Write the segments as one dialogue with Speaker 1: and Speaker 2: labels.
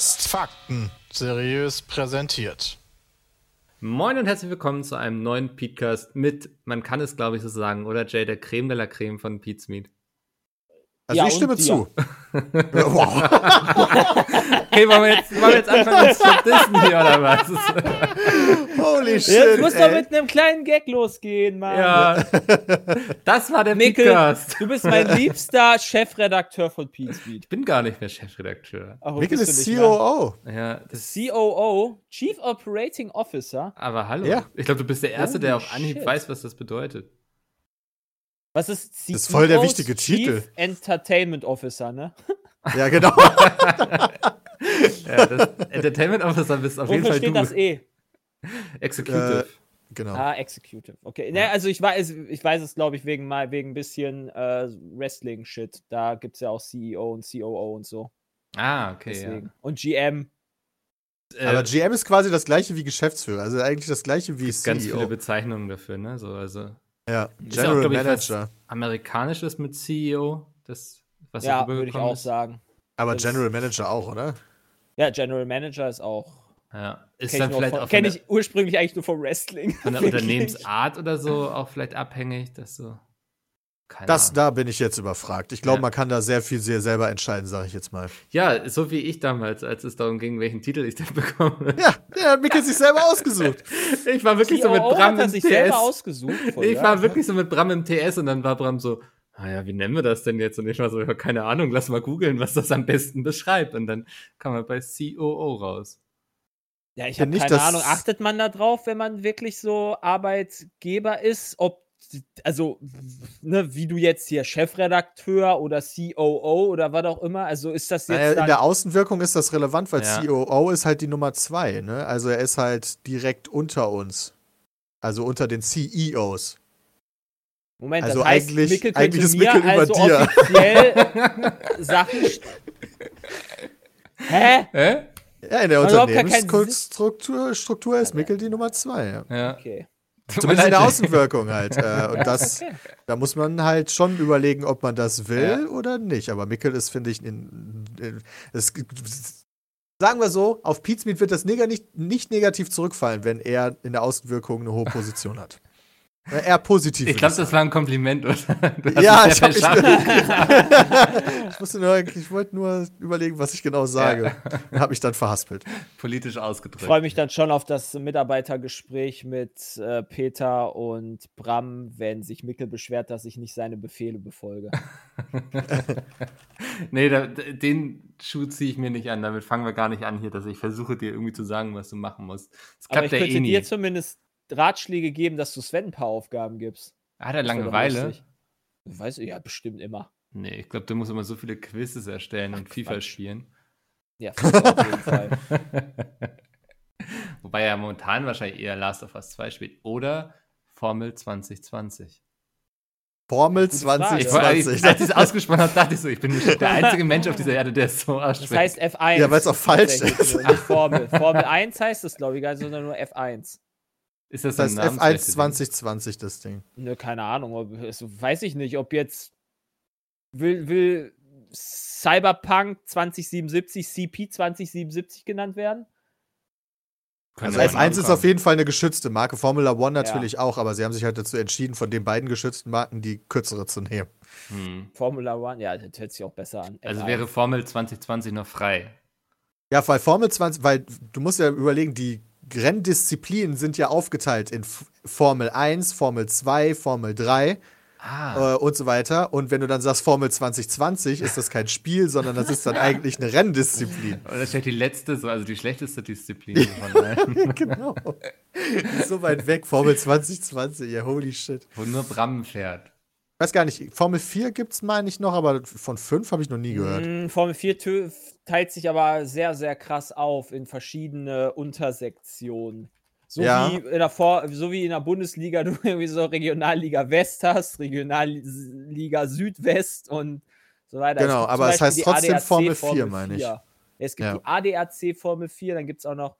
Speaker 1: Fakten seriös präsentiert.
Speaker 2: Moin und herzlich willkommen zu einem neuen Podcast mit, man kann es glaube ich so sagen, oder Jay, der Creme de la Creme von Pete's Meat.
Speaker 3: Also
Speaker 4: Ja,
Speaker 3: ich stimme
Speaker 4: und
Speaker 3: zu. Ja, wow.
Speaker 2: Okay, wollen wir jetzt, wollen wir jetzt anfangen uns zu dissen hier oder was?
Speaker 3: Holy shit.
Speaker 4: Jetzt muss doch
Speaker 3: ey.
Speaker 4: mit einem kleinen Gag losgehen, Mann.
Speaker 2: ja. Das war der
Speaker 4: Mikkel,
Speaker 2: Podcast.
Speaker 4: Du bist mein liebster Chefredakteur von Peacebeat.
Speaker 2: Ich bin gar nicht mehr Chefredakteur.
Speaker 4: Ach, wo
Speaker 3: Mikkel
Speaker 4: bist du
Speaker 3: ist E
Speaker 4: nicht mehr?
Speaker 3: COO.
Speaker 2: Ja, das,
Speaker 4: COO, Chief Operating Officer.
Speaker 2: aber hallo.
Speaker 3: Ja.
Speaker 2: Ich glaube, du bist der Erste, der auf
Speaker 4: Holy
Speaker 2: Anhieb
Speaker 4: shit.
Speaker 2: weiß, was das bedeutet.
Speaker 4: Was ist COO?
Speaker 3: ist voll der wichtige Titel.
Speaker 4: Chief Entertainment Officer, ne?
Speaker 3: Ja, genau.
Speaker 2: Ja, das Entertainment Officer bist auf jeden
Speaker 4: Wofür
Speaker 2: Fall du.
Speaker 4: steht das E?
Speaker 2: Executive.
Speaker 1: Äh,
Speaker 3: genau.
Speaker 4: Ah, Executive. Okay. Ne, also ich weiß, ich weiß es, glaube ich, wegen mal wegen ein bisschen äh, Wrestling-Shit. Da gibt es ja auch CEO und COO und so.
Speaker 2: Ah, okay. Ja.
Speaker 4: Deswegen. Und GM.
Speaker 2: Äh,
Speaker 3: Aber GM ist quasi das gleiche wie Geschäftsführer. Also eigentlich das gleiche wie
Speaker 2: ganz
Speaker 4: E
Speaker 2: viele
Speaker 3: CEO.
Speaker 2: Bezeichnungen dafür, ne? So, also Ist
Speaker 3: Ja.
Speaker 2: ja auch,
Speaker 3: General
Speaker 2: glaub ich,
Speaker 3: Manager.
Speaker 2: amerikanisches mit CEO, das, was hier
Speaker 4: Ja, würde ich
Speaker 2: rübergekommen
Speaker 4: auch
Speaker 2: ist.
Speaker 4: sagen.
Speaker 3: Aber
Speaker 4: das-
Speaker 3: General Manager auch, oder?
Speaker 4: Ja, General Manager ist auch
Speaker 2: Ja. Ist
Speaker 4: Kenn
Speaker 2: dann
Speaker 4: ich, nur
Speaker 2: vielleicht
Speaker 4: von,
Speaker 2: auch von
Speaker 4: kenn
Speaker 2: der,
Speaker 4: ich ursprünglich eigentlich nur vom Wrestling.
Speaker 2: von der
Speaker 4: Wirklich.
Speaker 2: Unternehmensart oder so auch vielleicht abhängig, dass so. Keine
Speaker 3: Das,
Speaker 2: Ahnung.
Speaker 3: da bin ich jetzt überfragt. Ich glaube,
Speaker 2: Ja.
Speaker 3: man kann da sehr viel sehr selber entscheiden, sage ich jetzt mal.
Speaker 2: Ja, so wie ich damals, als es darum ging, welchen Titel ich denn bekomme.
Speaker 3: Ja, der hat Mikkel sich selber ausgesucht.
Speaker 2: Ich war wirklich so mit
Speaker 4: COO
Speaker 2: Bram
Speaker 4: E oh, hat er
Speaker 2: im
Speaker 4: sich
Speaker 2: TS.
Speaker 4: selber ausgesucht. voll,
Speaker 2: Ich
Speaker 4: ja.
Speaker 2: war wirklich so mit Bram im TS und dann war Bram so, naja, wie nennen wir das denn jetzt? Und ich war so, ja, keine Ahnung, lass mal googeln, was das am besten beschreibt. Und dann kam er bei COO raus.
Speaker 4: ja, ich habe
Speaker 3: nicht,
Speaker 4: keine
Speaker 3: dass-
Speaker 4: Ahnung. Achtet man da drauf, wenn man wirklich so Arbeitgeber ist, ob also ne, wie du jetzt hier Chefredakteur oder COO oder was auch immer. Also ist das jetzt
Speaker 3: Naja, Äh, in
Speaker 4: dann,
Speaker 3: der Außenwirkung ist das relevant, weil
Speaker 2: Ja.
Speaker 3: COO ist halt die Nummer zwei. Ne? Also er ist halt direkt unter uns. Also unter den CEOs.
Speaker 4: Moment,
Speaker 3: also
Speaker 4: das heißt,
Speaker 3: eigentlich-
Speaker 4: Mickel könnte
Speaker 3: eigentlich ist
Speaker 4: mir
Speaker 3: Mickel über
Speaker 4: also
Speaker 3: dir.
Speaker 4: offiziell Sachen. st- Hä?
Speaker 2: Hä?
Speaker 3: Ja, in der
Speaker 4: Aber überhaupt gar keinen
Speaker 3: Unternehmensstruktur Struktur ist Mickel die Nummer zwei. Ja.
Speaker 2: Ja.
Speaker 4: Okay.
Speaker 3: Zumindest in der
Speaker 2: leid.
Speaker 3: Außenwirkung halt. Äh, und das,
Speaker 4: okay.
Speaker 3: da muss man halt schon überlegen, ob man das will oder nicht. Aber Mickel ist, finde ich, in, in, es, sagen wir so, auf Pizmeet wird das nega nicht, nicht negativ zurückfallen, wenn er in der Außenwirkung eine hohe Position hat. Äh, Eher positiv.
Speaker 2: Ich
Speaker 3: würde
Speaker 2: glaube,
Speaker 3: sagen.
Speaker 2: das war ein Kompliment, oder? Du hast
Speaker 3: Ja,
Speaker 2: es
Speaker 3: ich,
Speaker 2: sehr
Speaker 3: hab,
Speaker 2: verschafft.
Speaker 3: ich, ich, musste nur, ich wollte nur überlegen, was ich genau sage. Und habe mich dann verhaspelt.
Speaker 2: Politisch
Speaker 4: Ich freue
Speaker 2: ausgedrückt.
Speaker 4: mich dann schon auf das Mitarbeitergespräch mit äh, Peter und Bram, wenn sich Mickel beschwert, dass ich nicht seine Befehle befolge.
Speaker 2: Nee, da, den Schuh ziehe ich mir nicht an. Damit fangen wir gar nicht an hier, dass ich versuche, dir irgendwie zu sagen, was du machen musst. Das
Speaker 4: Aber
Speaker 2: klappt
Speaker 4: ich
Speaker 2: ja
Speaker 4: könnte
Speaker 2: eh nie.
Speaker 4: dir zumindest Ratschläge geben, dass du Sven ein paar Aufgaben gibst.
Speaker 2: Hat er
Speaker 4: Das wär doch
Speaker 2: Langeweile?
Speaker 4: lustig. Weiß ich, ja, bestimmt immer.
Speaker 2: Nee, ich glaube, du musst immer so viele Quizzes erstellen und FIFA
Speaker 4: Quatsch.
Speaker 2: spielen.
Speaker 4: Ja, auf jeden Fall.
Speaker 2: Wobei er momentan wahrscheinlich eher Last of Us 2 spielt. Oder Formel 2020.
Speaker 3: Formel
Speaker 4: Gute Frage.
Speaker 2: Ich,
Speaker 3: 2020.
Speaker 2: war- ich, als ich es ausgesprochen habe, dachte ich so, ich bin bestimmt der einzige Mensch auf dieser Erde, der es so ausspricht.
Speaker 4: Das heißt F1.
Speaker 3: Ja, weil's auch falsch
Speaker 4: tatsächlich
Speaker 3: ist.
Speaker 4: nur, Nicht Formel. Formel 1 heißt es, glaube ich, gar nicht, sondern nur F1.
Speaker 2: ist das,
Speaker 3: Das
Speaker 2: ein
Speaker 3: ist
Speaker 2: Namensrecht?
Speaker 3: F1 2020, das Ding.
Speaker 4: Ne, keine Ahnung. Ob, es- weiß ich nicht, ob jetzt will, will Cyberpunk 2077, CP 2077 genannt werden?
Speaker 2: Können
Speaker 3: Also
Speaker 2: wir mal
Speaker 3: F1 ist
Speaker 2: nachkommen.
Speaker 3: auf jeden Fall eine geschützte Marke. Formula One
Speaker 4: Ja.
Speaker 3: natürlich auch, aber sie haben sich halt dazu entschieden, von den beiden geschützten Marken die kürzere zu nehmen.
Speaker 2: Hm.
Speaker 4: Formula One, ja, das hört sich auch besser an.
Speaker 2: Also
Speaker 4: F1.
Speaker 2: wäre Formel 2020 noch frei.
Speaker 3: Ja, weil Formel 20, weil du musst ja überlegen, die Renndisziplinen sind ja aufgeteilt in F Formel 1, Formel 2, Formel 3
Speaker 2: Ah,
Speaker 3: äh, und so weiter. Und wenn du dann sagst Formel 2020, ist das kein Spiel, sondern das ist dann eigentlich eine Renndisziplin.
Speaker 2: oder das ist ja die letzte, so, also die schlechteste Disziplin von allen,
Speaker 3: genau. Die ist so weit weg, Formel 2020, ja, holy shit.
Speaker 2: wo nur Bram fährt.
Speaker 3: Ich weiß gar nicht, Formel 4 gibt's meine ich noch, aber von 5 habe ich noch nie gehört.
Speaker 4: Mm, Formel 4 tö- teilt sich aber sehr, sehr krass auf in verschiedene Untersektionen. So,
Speaker 3: Ja.
Speaker 4: wie in der Vor so wie in der Bundesliga du irgendwie so Regionalliga West hast, Regionalliga Südwest und so weiter.
Speaker 3: Genau,
Speaker 4: gibt zum
Speaker 3: aber es heißt
Speaker 4: Beispiel die
Speaker 3: trotzdem Formel
Speaker 4: ADAC
Speaker 3: 4, meine ich.
Speaker 4: Es gibt
Speaker 3: Ja.
Speaker 4: die ADAC Formel 4, dann gibt es auch noch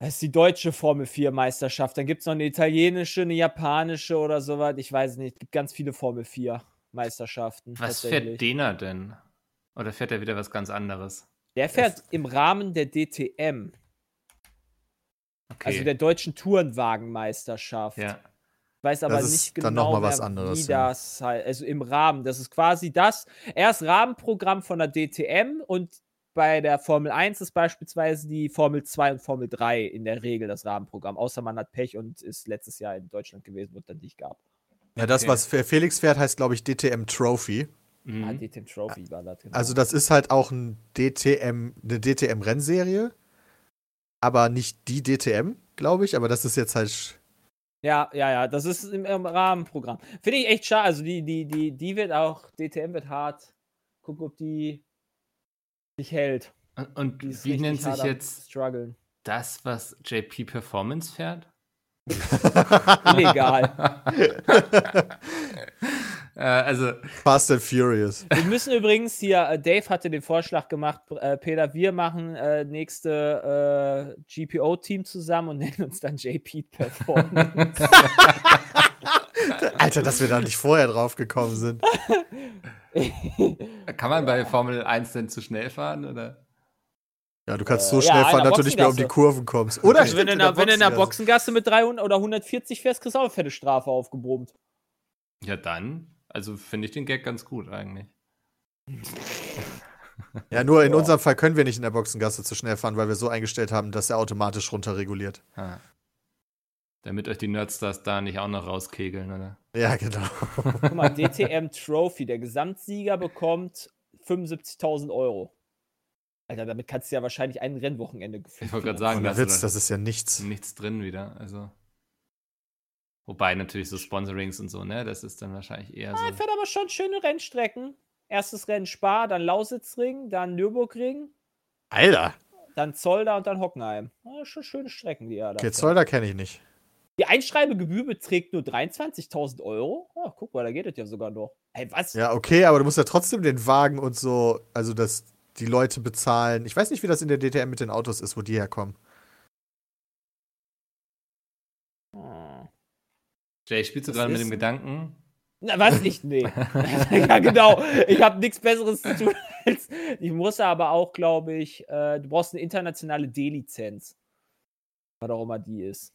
Speaker 4: das ist die deutsche Formel 4 Meisterschaft. Dann gibt es noch eine italienische, eine japanische oder sowas. Ich weiß nicht. Es gibt ganz viele Formel 4 Meisterschaften.
Speaker 2: Was
Speaker 4: tatsächlich.
Speaker 2: fährt Dena denn? Oder fährt er wieder was ganz anderes?
Speaker 4: Der fährt im Rahmen der DTM,
Speaker 2: Okay.
Speaker 4: also der deutschen Tourenwagenmeisterschaft.
Speaker 2: ja.
Speaker 4: Ich weiß aber
Speaker 3: ist
Speaker 4: nicht genau,
Speaker 3: dann noch mal was
Speaker 4: wer-
Speaker 3: anderes,
Speaker 4: wie
Speaker 3: ja.
Speaker 4: das halt, also im Rahmen. Das ist quasi das. Er ist Rahmenprogramm von der DTM und bei der Formel 1 ist beispielsweise die Formel 2 und Formel 3 in der Regel das Rahmenprogramm. Außer man hat Pech und ist letztes Jahr in Deutschland gewesen, wo es dann nicht gab.
Speaker 3: Ja, das,
Speaker 2: Okay.
Speaker 3: was Fe- Felix fährt, heißt, glaube ich, DTM Trophy.
Speaker 4: Ah,
Speaker 2: Mhm.
Speaker 4: DTM Trophy war das. genau.
Speaker 3: Also, das ist halt auch ein DTM, eine DTM-Rennserie. Aber nicht die DTM, glaube ich. Aber das ist jetzt halt. sch-
Speaker 4: Ja, ja, ja, das ist im, im Rahmenprogramm. Finde ich echt schade. Also die, die, die, die wird auch, DTM wird hart. Gucken, ob die sich hält.
Speaker 2: Und- Und
Speaker 4: Die ist
Speaker 2: wie
Speaker 4: richtig
Speaker 2: nennt sich
Speaker 4: hart am
Speaker 2: jetzt
Speaker 4: Struggeln.
Speaker 2: das, was JP Performance fährt?
Speaker 4: Illegal.
Speaker 2: Äh, also,
Speaker 3: Fast and Furious.
Speaker 4: Wir müssen übrigens hier, äh, Dave hatte den Vorschlag gemacht, äh, Peter, wir machen äh, nächste äh, GPO-Team zusammen und nennen uns dann JP Performance.
Speaker 3: Alter, dass wir da nicht vorher drauf gekommen sind.
Speaker 2: kann man bei Formel 1 denn zu schnell fahren? Oder?
Speaker 3: Ja, du kannst
Speaker 4: Äh,
Speaker 3: so
Speaker 4: ja,
Speaker 3: schnell
Speaker 4: in
Speaker 3: fahren,
Speaker 4: der
Speaker 3: dass du nicht mehr um die
Speaker 4: Boxengasse.
Speaker 3: Kurven kommst. Oder
Speaker 4: also wenn, du in der, wenn du in der Boxengasse mit 300 oder 140 fährst, kriegst du auch eine fette Strafe aufgebrummt.
Speaker 2: Ja, dann. Also finde ich den Gag ganz gut eigentlich.
Speaker 3: Ja, nur in unserem Fall können wir nicht in der Boxengasse zu schnell fahren, weil wir so eingestellt haben, dass er automatisch runterreguliert.
Speaker 2: Ah. Damit euch die Nerdstars da nicht auch noch rauskegeln, oder?
Speaker 3: Ja, genau.
Speaker 4: Guck mal, DTM Trophy, der Gesamtsieger bekommt 75.000 Euro. Alter, damit kannst du ja wahrscheinlich ein Rennwochenende
Speaker 2: Ich wollte gerade
Speaker 3: Und
Speaker 2: sagen, da
Speaker 3: der
Speaker 2: ist
Speaker 3: Witz,
Speaker 2: oder-
Speaker 3: das ist ja nichts.
Speaker 2: nichts drin wieder. Also. Wobei natürlich so Sponsorings und so, ne? Das ist dann wahrscheinlich eher
Speaker 4: Er
Speaker 2: so.
Speaker 4: fährt aber schon schöne Rennstrecken. Erstes Rennen Spa, dann Lausitzring, dann Nürburgring,
Speaker 3: Alter.
Speaker 4: dann Zolder und dann Hockenheim. Ja, schon schöne Strecken, die er da
Speaker 3: Okay,
Speaker 4: fährt.
Speaker 3: Zolder kenne ich nicht.
Speaker 4: Die Einschreibegebühr beträgt nur 23.000 Euro. Oh, guck mal, da geht es ja sogar noch. Ey, was?
Speaker 3: Ja, okay, aber du musst ja trotzdem den Wagen und so, also dass die Leute bezahlen. Ich weiß nicht, wie das in der DTM mit den Autos ist, wo die herkommen.
Speaker 4: Hm.
Speaker 2: Jay, spielst du
Speaker 4: Das
Speaker 2: gerade mit
Speaker 4: ist-
Speaker 2: dem Gedanken?
Speaker 4: Na, was ich? Nee. ja, genau. Ich habe nichts Besseres zu tun. Als ich muss aber auch, glaube ich, äh, du brauchst eine internationale D-Lizenz. Was auch immer die ist.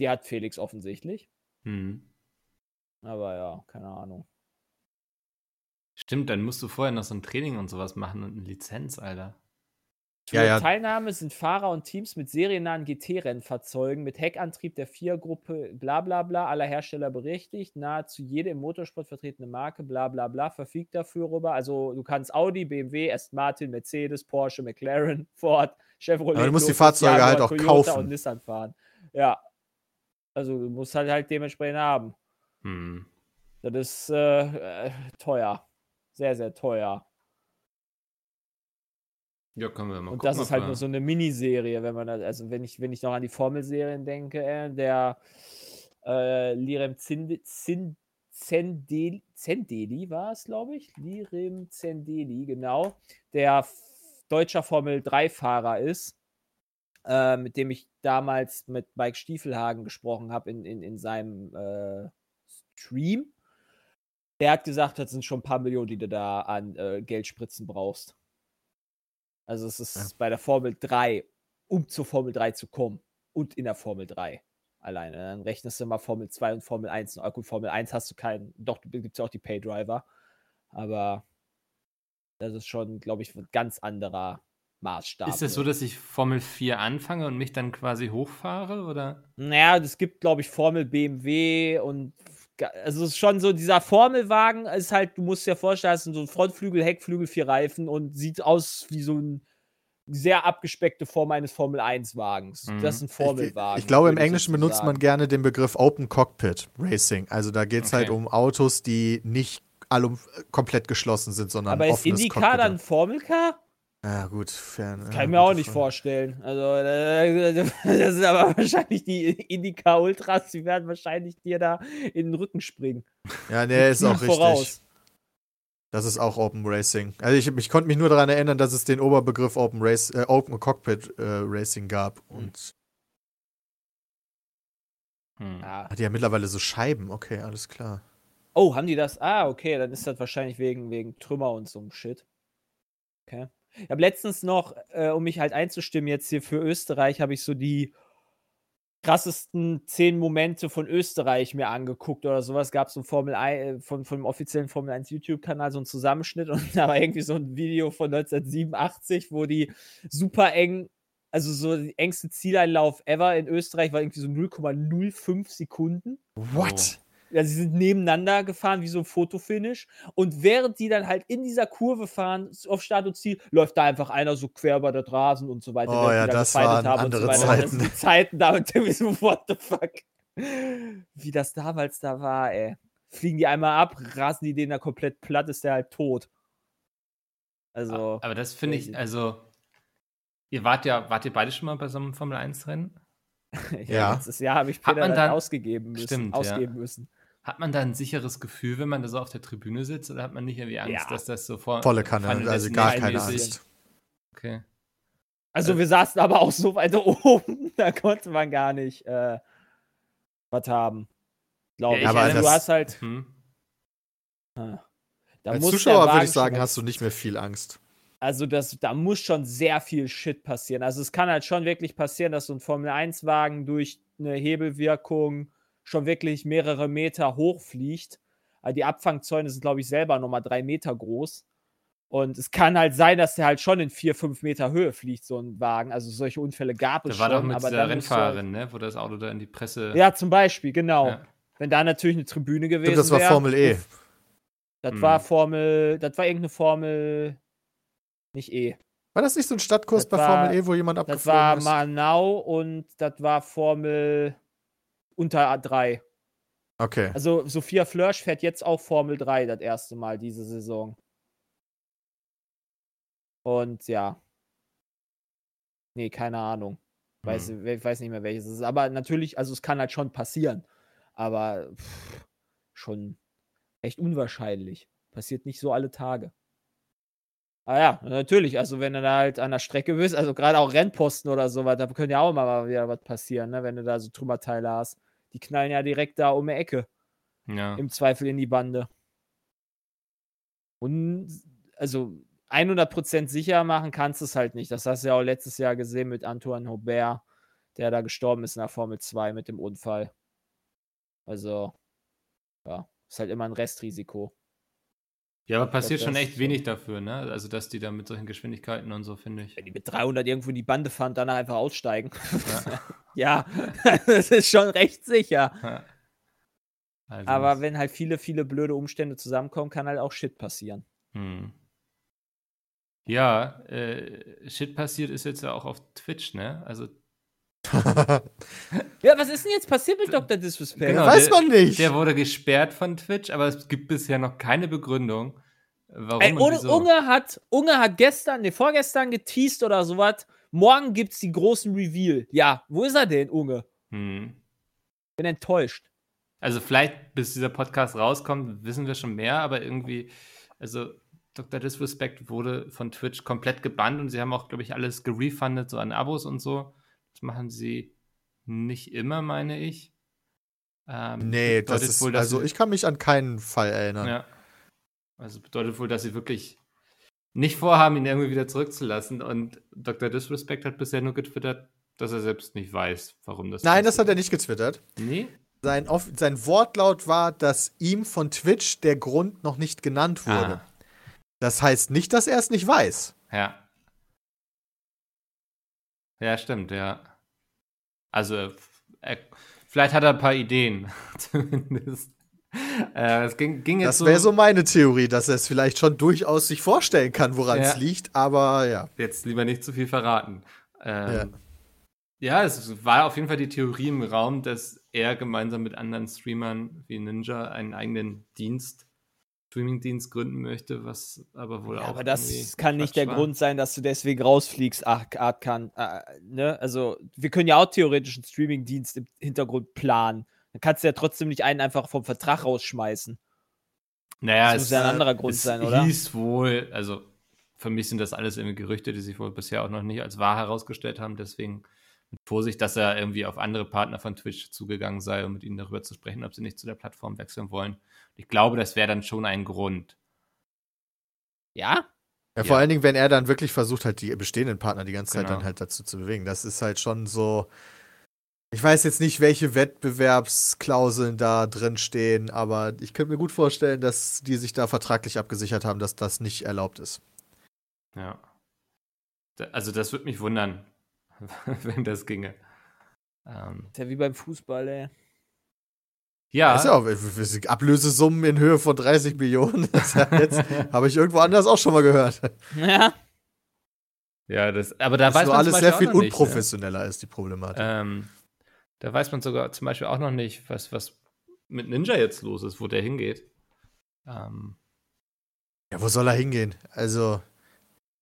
Speaker 4: Die hat Felix offensichtlich.
Speaker 2: Hm.
Speaker 4: Aber ja, keine Ahnung.
Speaker 2: Stimmt, dann musst du vorher noch so ein Training und sowas machen und eine Lizenz, Alter.
Speaker 3: Ja, ja.
Speaker 4: Teilnahme sind Fahrer und Teams mit seriennahen GT-Rennfahrzeugen mit Heckantrieb der FIA-Gruppe, bla bla bla, aller Hersteller berechtigt, nahezu jede im Motorsport vertretene Marke, bla bla bla, verfügt dafür rüber. Also du kannst Audi, BMW, Aston Martin, Mercedes, Porsche, McLaren, Ford, Chevrolet.
Speaker 3: Aber du musst die
Speaker 4: Lotus,
Speaker 3: Fahrzeuge
Speaker 4: Jaguar,
Speaker 3: halt auch
Speaker 4: Toyota
Speaker 3: kaufen.
Speaker 4: und Nissan fahren. Ja. Also du musst halt halt dementsprechend haben.
Speaker 2: Hm.
Speaker 4: Das ist äh, äh, teuer. Sehr, sehr teuer.
Speaker 2: Ja, können wir mal
Speaker 4: Und
Speaker 2: gucken.
Speaker 4: das ist halt
Speaker 2: ob
Speaker 4: nur
Speaker 2: wir-
Speaker 4: so eine Miniserie, wenn man das, also wenn ich, wenn ich noch an die Formelserien denke, äh, der äh, Lirem Zind- Zin- Zendeli, Zendeli war es, glaube ich. Lirem Zendeli, genau. Der f- deutscher Formel 3-Fahrer ist, äh, mit dem ich damals mit Mike Stiefelhagen gesprochen habe in, in, in seinem äh, Stream. Der hat gesagt, das sind schon ein paar Millionen, die du da an äh, Geldspritzen brauchst. Also es ist
Speaker 3: Ja.
Speaker 4: bei der Formel 3, um zur Formel 3 zu kommen und in der Formel 3 alleine. Dann rechnest du mal Formel 2 und Formel 1. Na gut, Formel 1 hast du keinen, doch, gibt es ja auch die Paydriver. Aber das ist schon, glaube ich, ein ganz anderer Maßstab.
Speaker 2: Ist das so,
Speaker 4: ne?
Speaker 2: dass ich Formel 4 anfange und mich dann quasi hochfahre? Oder?
Speaker 4: Naja, es gibt, glaube ich, Formel BMW und ga- also es ist schon so, dieser Formelwagen ist halt, du musst dir vorstellen, das sind so ein Frontflügel, Heckflügel, vier Reifen und sieht aus wie so ein sehr abgespeckte Form eines Formel 1-Wagens.
Speaker 2: Mhm.
Speaker 4: Das ist ein Formelwagen.
Speaker 3: Ich, ich glaube, im
Speaker 4: würde ich
Speaker 3: Englischen
Speaker 4: jetzt so
Speaker 3: benutzt
Speaker 4: sagen.
Speaker 3: man gerne den Begriff Open Cockpit Racing. Also da geht es
Speaker 2: Okay.
Speaker 3: halt um Autos, die nicht allum komplett geschlossen sind, sondern
Speaker 4: Aber ist
Speaker 3: offenes
Speaker 4: IndyCar
Speaker 3: Cockpit.
Speaker 4: dann ein Formelcar?
Speaker 3: Ja, gut, fern.
Speaker 4: Kann ich mir
Speaker 3: ja,
Speaker 4: auch
Speaker 3: gute
Speaker 4: nicht
Speaker 3: Frage.
Speaker 4: vorstellen. Also, äh, das sind aber wahrscheinlich die Indica Ultras, die werden wahrscheinlich dir da in den Rücken springen.
Speaker 3: Ja, nee, ist auch richtig.
Speaker 4: Voraus.
Speaker 3: Das ist auch Open Racing. Also ich, ich konnte mich nur daran erinnern, dass es den Oberbegriff Open, Race, äh, Open Cockpit äh, Racing gab. Und
Speaker 2: Hm.
Speaker 4: Ja.
Speaker 3: hat ja ah, mittlerweile so Scheiben. Okay, alles klar.
Speaker 4: Oh, haben die das? Ah, okay, dann ist das wahrscheinlich wegen, wegen Trümmer und so einem Shit. Okay. Ich habe letztens noch, äh, um mich halt einzustimmen, jetzt hier für Österreich, habe ich so die krassesten zehn Momente von Österreich mir angeguckt oder sowas. Gab es so ein Formel 1, äh, von, von dem offiziellen Formel 1 YouTube-Kanal so einen Zusammenschnitt und da war irgendwie so ein Video von 1987, wo die super eng, also so die engste Zieleinlauf ever in Österreich war irgendwie so 0,05 Sekunden.
Speaker 3: What?
Speaker 4: Ja, sie sind nebeneinander gefahren, wie so ein Fotofinish. Und während die dann halt in dieser Kurve fahren, auf Start und Ziel, läuft da einfach einer so quer über das Rasen und so weiter.
Speaker 3: Oh
Speaker 4: während die
Speaker 3: ja,
Speaker 4: da
Speaker 3: das
Speaker 4: gefeitet
Speaker 3: waren andere
Speaker 4: Das
Speaker 3: Zeiten.
Speaker 4: sind die Zeiten da und irgendwie so, what the fuck. Wie das damals da war, ey. Fliegen die einmal ab, rasen die den da komplett platt, ist der halt tot. Also,
Speaker 2: Aber das finde ich,
Speaker 4: Crazy.
Speaker 2: also, ihr wart ja, wart ihr beide schon mal bei so einem Formel-1-Rennen?
Speaker 3: ja.
Speaker 4: letztes Jahr habe ich
Speaker 2: Hat
Speaker 4: Peter
Speaker 2: man
Speaker 4: dann,
Speaker 2: dann-
Speaker 4: ausgegeben müssen.
Speaker 2: Stimmt, ja.
Speaker 4: ausgeben müssen.
Speaker 2: Hat man da ein sicheres Gefühl, wenn man da so auf der Tribüne sitzt, oder hat man nicht irgendwie Angst,
Speaker 4: Ja.
Speaker 2: dass das so vor.
Speaker 3: Volle Kanne,
Speaker 2: Pfanne
Speaker 3: also
Speaker 2: des
Speaker 3: gar
Speaker 2: Nein
Speaker 3: keine
Speaker 2: ist.
Speaker 3: Angst.
Speaker 2: Okay.
Speaker 3: Äh.
Speaker 4: Also wir saßen aber auch so weit oben, da konnte man gar nicht äh, was haben. Glaube
Speaker 2: Ja,
Speaker 4: ich.
Speaker 2: aber
Speaker 4: also, du
Speaker 3: das-
Speaker 4: hast halt.
Speaker 2: Hm.
Speaker 4: Da
Speaker 3: Als
Speaker 4: muss der
Speaker 3: Zuschauer würde
Speaker 4: Wagen
Speaker 3: ich sagen,
Speaker 4: schon-
Speaker 3: hast du nicht mehr viel Angst.
Speaker 4: Also das, da muss schon sehr viel Shit passieren. Also es kann halt schon wirklich passieren, dass so ein Formel-1-Wagen durch eine Hebelwirkung schon wirklich mehrere Meter hochfliegt. Also die Abfangzäune sind, glaube ich, selber nochmal drei Meter groß. Und es kann halt sein, dass der halt schon in vier, fünf Meter Höhe fliegt, so ein Wagen. Also solche Unfälle gab es
Speaker 2: Da war
Speaker 4: schon.
Speaker 2: doch mit
Speaker 4: aber
Speaker 2: dieser
Speaker 4: dann musst du halt-
Speaker 2: Rennfahrerin, ne, wo das Auto da in die Presse.
Speaker 4: Ja, zum Beispiel, genau.
Speaker 2: Ja.
Speaker 4: Wenn da natürlich eine Tribüne gewesen
Speaker 3: Stimmt,
Speaker 4: wäre.
Speaker 3: das war Formel E.
Speaker 4: Das
Speaker 2: Mhm.
Speaker 4: war Formel, das war irgendeine Formel, nicht E.
Speaker 3: War das nicht so ein Stadtkurs
Speaker 4: Das
Speaker 3: bei
Speaker 4: war-
Speaker 3: Formel E, wo jemand
Speaker 4: Das
Speaker 3: abgeflogen
Speaker 4: war
Speaker 3: ist?
Speaker 4: Manau und das war Formel unter 3.
Speaker 3: Okay.
Speaker 4: Also Sophia Flörsch fährt jetzt auch Formel 3 das erste Mal diese Saison. Und ja. Nee, keine Ahnung. Weiß, Ich weiß nicht mehr welches es ist. Aber natürlich, also es kann halt schon passieren. Aber pff, schon echt unwahrscheinlich. Passiert nicht so alle Tage. Ah ja, natürlich. Also wenn du da halt an der Strecke bist, also gerade auch Rennposten oder sowas, da können ja auch mal wieder was passieren, ne? wenn du da so Trümmerteile hast. Die knallen ja direkt da um die Ecke
Speaker 2: ja.
Speaker 4: im Zweifel in die Bande. Und also 100% sicher machen kannst du es halt nicht. Das hast du ja auch letztes Jahr gesehen mit Antoine Hubert, der da gestorben ist in der Formel 2 mit dem Unfall. Also, ja, ist halt immer ein Restrisiko.
Speaker 2: Ja, aber passiert
Speaker 4: das
Speaker 2: schon
Speaker 4: ist
Speaker 2: echt
Speaker 4: schon-
Speaker 2: wenig dafür, ne? Also, dass die da mit solchen Geschwindigkeiten und so, finde ich.
Speaker 4: Wenn die mit 300 irgendwo in die Bande fahren, dann einfach aussteigen. Ja, das ist schon recht sicher.
Speaker 2: Ja. Also,
Speaker 4: Aber wenn halt viele, viele blöde Umstände zusammenkommen, kann halt auch Shit passieren.
Speaker 2: Hm. Ja, äh, Shit passiert ist jetzt ja auch auf Twitch, ne? Also,
Speaker 4: Ja, was ist denn jetzt passiert mit Dr. Disrespect?
Speaker 2: Genau,
Speaker 3: Weiß
Speaker 2: der-
Speaker 3: man nicht.
Speaker 2: der wurde gesperrt von Twitch, aber es gibt bisher noch keine Begründung, warum
Speaker 4: Ey,
Speaker 2: und
Speaker 4: Unge,
Speaker 2: wieso.
Speaker 4: Unge, hat, Unge hat gestern, nee, vorgestern geteased oder sowas. Morgen gibt's die großen Reveal. Ja, wo ist er denn, Unge?
Speaker 2: Hm.
Speaker 4: Bin enttäuscht.
Speaker 2: Also vielleicht, bis dieser Podcast rauskommt, wissen wir schon mehr, aber irgendwie, also Dr. Disrespect wurde von Twitch komplett gebannt und sie haben auch, glaube ich, alles gerefundet, so an Abos und so. Das machen sie nicht immer, meine ich. Ähm,
Speaker 3: nee, das
Speaker 2: bedeutet
Speaker 3: ist,
Speaker 2: wohl, dass
Speaker 3: also
Speaker 2: sie-
Speaker 3: ich kann mich an keinen Fall erinnern.
Speaker 2: Ja. Also bedeutet wohl, dass sie wirklich nicht vorhaben, ihn irgendwie wieder zurückzulassen. Und Dr. Disrespect hat bisher nur getwittert, dass er selbst nicht weiß, warum das.
Speaker 3: Nein, das hat er nicht getwittert.
Speaker 2: Nee?
Speaker 3: Sein, Off sein Wortlaut war, dass ihm von Twitch der Grund noch nicht genannt wurde.
Speaker 2: Ah,
Speaker 3: Das heißt nicht, dass er es nicht weiß.
Speaker 2: ja. Ja, stimmt, ja. Also, er- er, vielleicht hat er ein paar Ideen, zumindest. Äh, es ging, ging jetzt
Speaker 3: Das wäre so meine Theorie, dass er es vielleicht schon durchaus sich vorstellen kann, woran es
Speaker 2: Ja.
Speaker 3: liegt, aber ja.
Speaker 2: jetzt lieber nicht zu viel verraten. Ähm, ja. es war auf jeden Fall die Theorie im Raum, dass er gemeinsam mit anderen Streamern wie Ninja einen eigenen Dienst, Streaming-Dienst gründen möchte, was aber wohl
Speaker 4: Ja,
Speaker 2: auch.
Speaker 4: aber das
Speaker 2: irgendwie
Speaker 4: kann nicht
Speaker 2: Quatsch
Speaker 4: der
Speaker 2: war.
Speaker 4: Grund sein, dass du deswegen rausfliegst, Ach, Art kann. Äh, ne? Also, wir können ja auch theoretisch einen Streamingdienst im Hintergrund planen. Dann kannst du ja trotzdem nicht einen einfach vom Vertrag rausschmeißen.
Speaker 2: Naja,
Speaker 4: Das muss ja ein
Speaker 2: äh,
Speaker 4: anderer Grund
Speaker 2: es
Speaker 4: sein, oder?
Speaker 2: hieß wohl, also für mich sind das alles irgendwie Gerüchte, die sich wohl bisher auch noch nicht als wahr herausgestellt haben. Deswegen mit Vorsicht, dass er irgendwie auf andere Partner von Twitch zugegangen sei, um mit ihnen darüber zu sprechen, ob sie nicht zu der Plattform wechseln wollen. Ich glaube, das wäre dann schon ein Grund.
Speaker 4: Ja?
Speaker 3: Ja,
Speaker 2: Ja.
Speaker 3: vor allen Dingen, wenn er dann wirklich versucht hat, die bestehenden Partner die ganze Zeit
Speaker 2: Genau.
Speaker 3: dann halt dazu zu bewegen. Das ist halt schon so. Ich weiß jetzt nicht, welche Wettbewerbsklauseln da drin stehen, aber ich könnte mir gut vorstellen, dass die sich da vertraglich abgesichert haben, dass das nicht erlaubt ist.
Speaker 2: Ja. Da, also das würde mich wundern, wenn das ginge. Ähm,
Speaker 4: Ist ja wie beim Fußball, ey.
Speaker 2: ja,
Speaker 3: Ist ja auch, äh, Ablösesummen in Höhe von 30 Millionen. Das ist ja jetzt habe ich irgendwo anders auch schon mal gehört.
Speaker 4: Ja.
Speaker 2: ja, das, aber da
Speaker 3: Dass
Speaker 2: weiß
Speaker 3: nur
Speaker 2: man zum
Speaker 3: alles sehr
Speaker 2: Beispiel
Speaker 3: viel
Speaker 2: auch noch nicht, ne?
Speaker 3: unprofessioneller ist die Problematik.
Speaker 2: Ähm, da weiß man sogar zum Beispiel auch noch nicht, was, was mit Ninja jetzt los ist, wo der hingeht. Ähm,
Speaker 3: Ja, wo soll er hingehen? Also,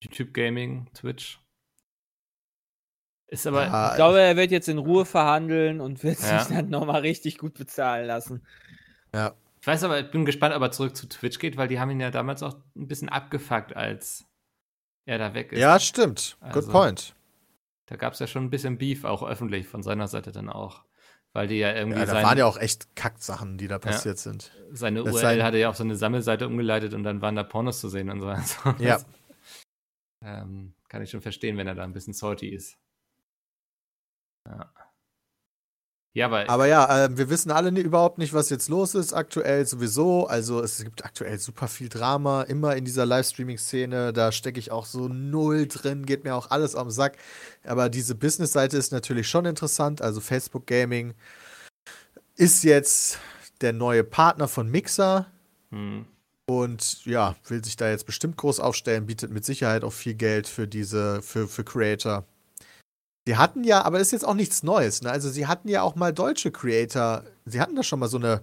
Speaker 2: YouTube Gaming, Twitch. Ist aber, ja,
Speaker 3: ja,
Speaker 4: Ich glaube, er wird jetzt in Ruhe verhandeln und wird
Speaker 2: Ja.
Speaker 4: sich dann nochmal richtig gut bezahlen lassen.
Speaker 2: ich weiß aber, ich bin gespannt, ob er zurück zu Twitch geht, weil die haben ihn ja damals auch ein bisschen abgefuckt, als er da weg ist.
Speaker 3: ja, stimmt.
Speaker 2: Also-
Speaker 3: Good point.
Speaker 2: Da gab es ja schon ein bisschen Beef, auch öffentlich von seiner Seite dann auch. Weil die ja irgendwie
Speaker 3: Ja, da
Speaker 2: sein,
Speaker 3: waren ja auch echt Kacksachen, die da passiert sind.
Speaker 2: seine
Speaker 3: das
Speaker 2: URL
Speaker 3: sein-
Speaker 2: hatte ja auf so eine Sammelseite umgeleitet und dann waren da Pornos zu sehen und so. Also
Speaker 3: Ja.
Speaker 2: das, ähm, kann ich schon verstehen, wenn er da ein bisschen salty ist. Ja, ja aber,
Speaker 3: Aber ja, äh, wir wissen alle nie, überhaupt nicht, was jetzt los ist aktuell sowieso. Also es gibt aktuell super viel Drama, immer in dieser Livestreaming-Szene. Da stecke ich auch so null drin, geht mir auch alles am Sack. Aber diese Business-Seite ist natürlich schon interessant. Also Facebook Gaming ist jetzt der neue Partner von Mixer.
Speaker 2: hm,
Speaker 3: Und ja, will sich da jetzt bestimmt groß aufstellen, bietet mit Sicherheit auch viel Geld für diese, für, für Creator. Sie hatten ja, aber das ist jetzt auch nichts Neues, ne? Also sie hatten ja auch mal deutsche Creator, sie hatten da schon mal so eine,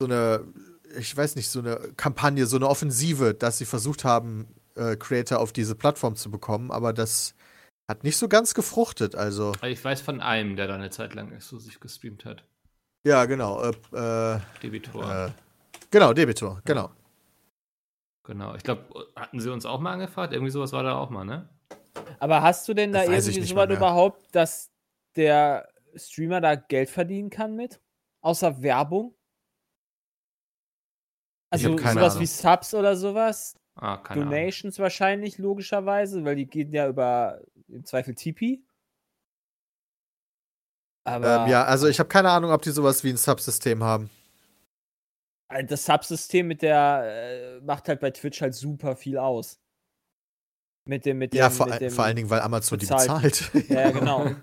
Speaker 3: so eine, ich weiß nicht, so eine Kampagne, so eine Offensive, dass sie versucht haben, äh, Creator auf diese Plattform zu bekommen, aber das hat nicht so ganz gefruchtet. Also,
Speaker 2: ich weiß von einem, der da eine Zeit lang exklusiv gestreamt hat.
Speaker 3: ja, genau. Äh,
Speaker 2: Debitor.
Speaker 3: äh, äh, genau, Debitor, genau.
Speaker 2: Genau. Ich glaube, hatten sie uns auch mal angefragt? Irgendwie sowas war da auch mal, ne?
Speaker 4: Aber hast du denn da
Speaker 3: Das weiß ich
Speaker 4: irgendwie
Speaker 3: nicht
Speaker 4: sowas
Speaker 3: mal mehr.
Speaker 4: überhaupt, dass der Streamer da Geld verdienen kann mit? Außer Werbung?
Speaker 3: Ich
Speaker 4: Also
Speaker 3: hab keine
Speaker 4: sowas
Speaker 3: Ahnung.
Speaker 4: wie Subs oder sowas?
Speaker 2: Ah, keine Ahnung.
Speaker 4: Donations wahrscheinlich, logischerweise, weil die gehen ja über im Zweifel Tipi. Aber
Speaker 3: Ähm, ja, also ich habe keine Ahnung, ob die sowas wie ein Subsystem haben.
Speaker 4: äh, das Subsystem mit der äh, macht halt bei Twitch halt super viel aus. Mit dem, mit dem,
Speaker 3: Ja, vor,
Speaker 4: mit dem
Speaker 3: vor allen Dingen, weil Amazon
Speaker 4: bezahlt.
Speaker 3: die bezahlt.
Speaker 4: Ja, ja, genau. ja, gut,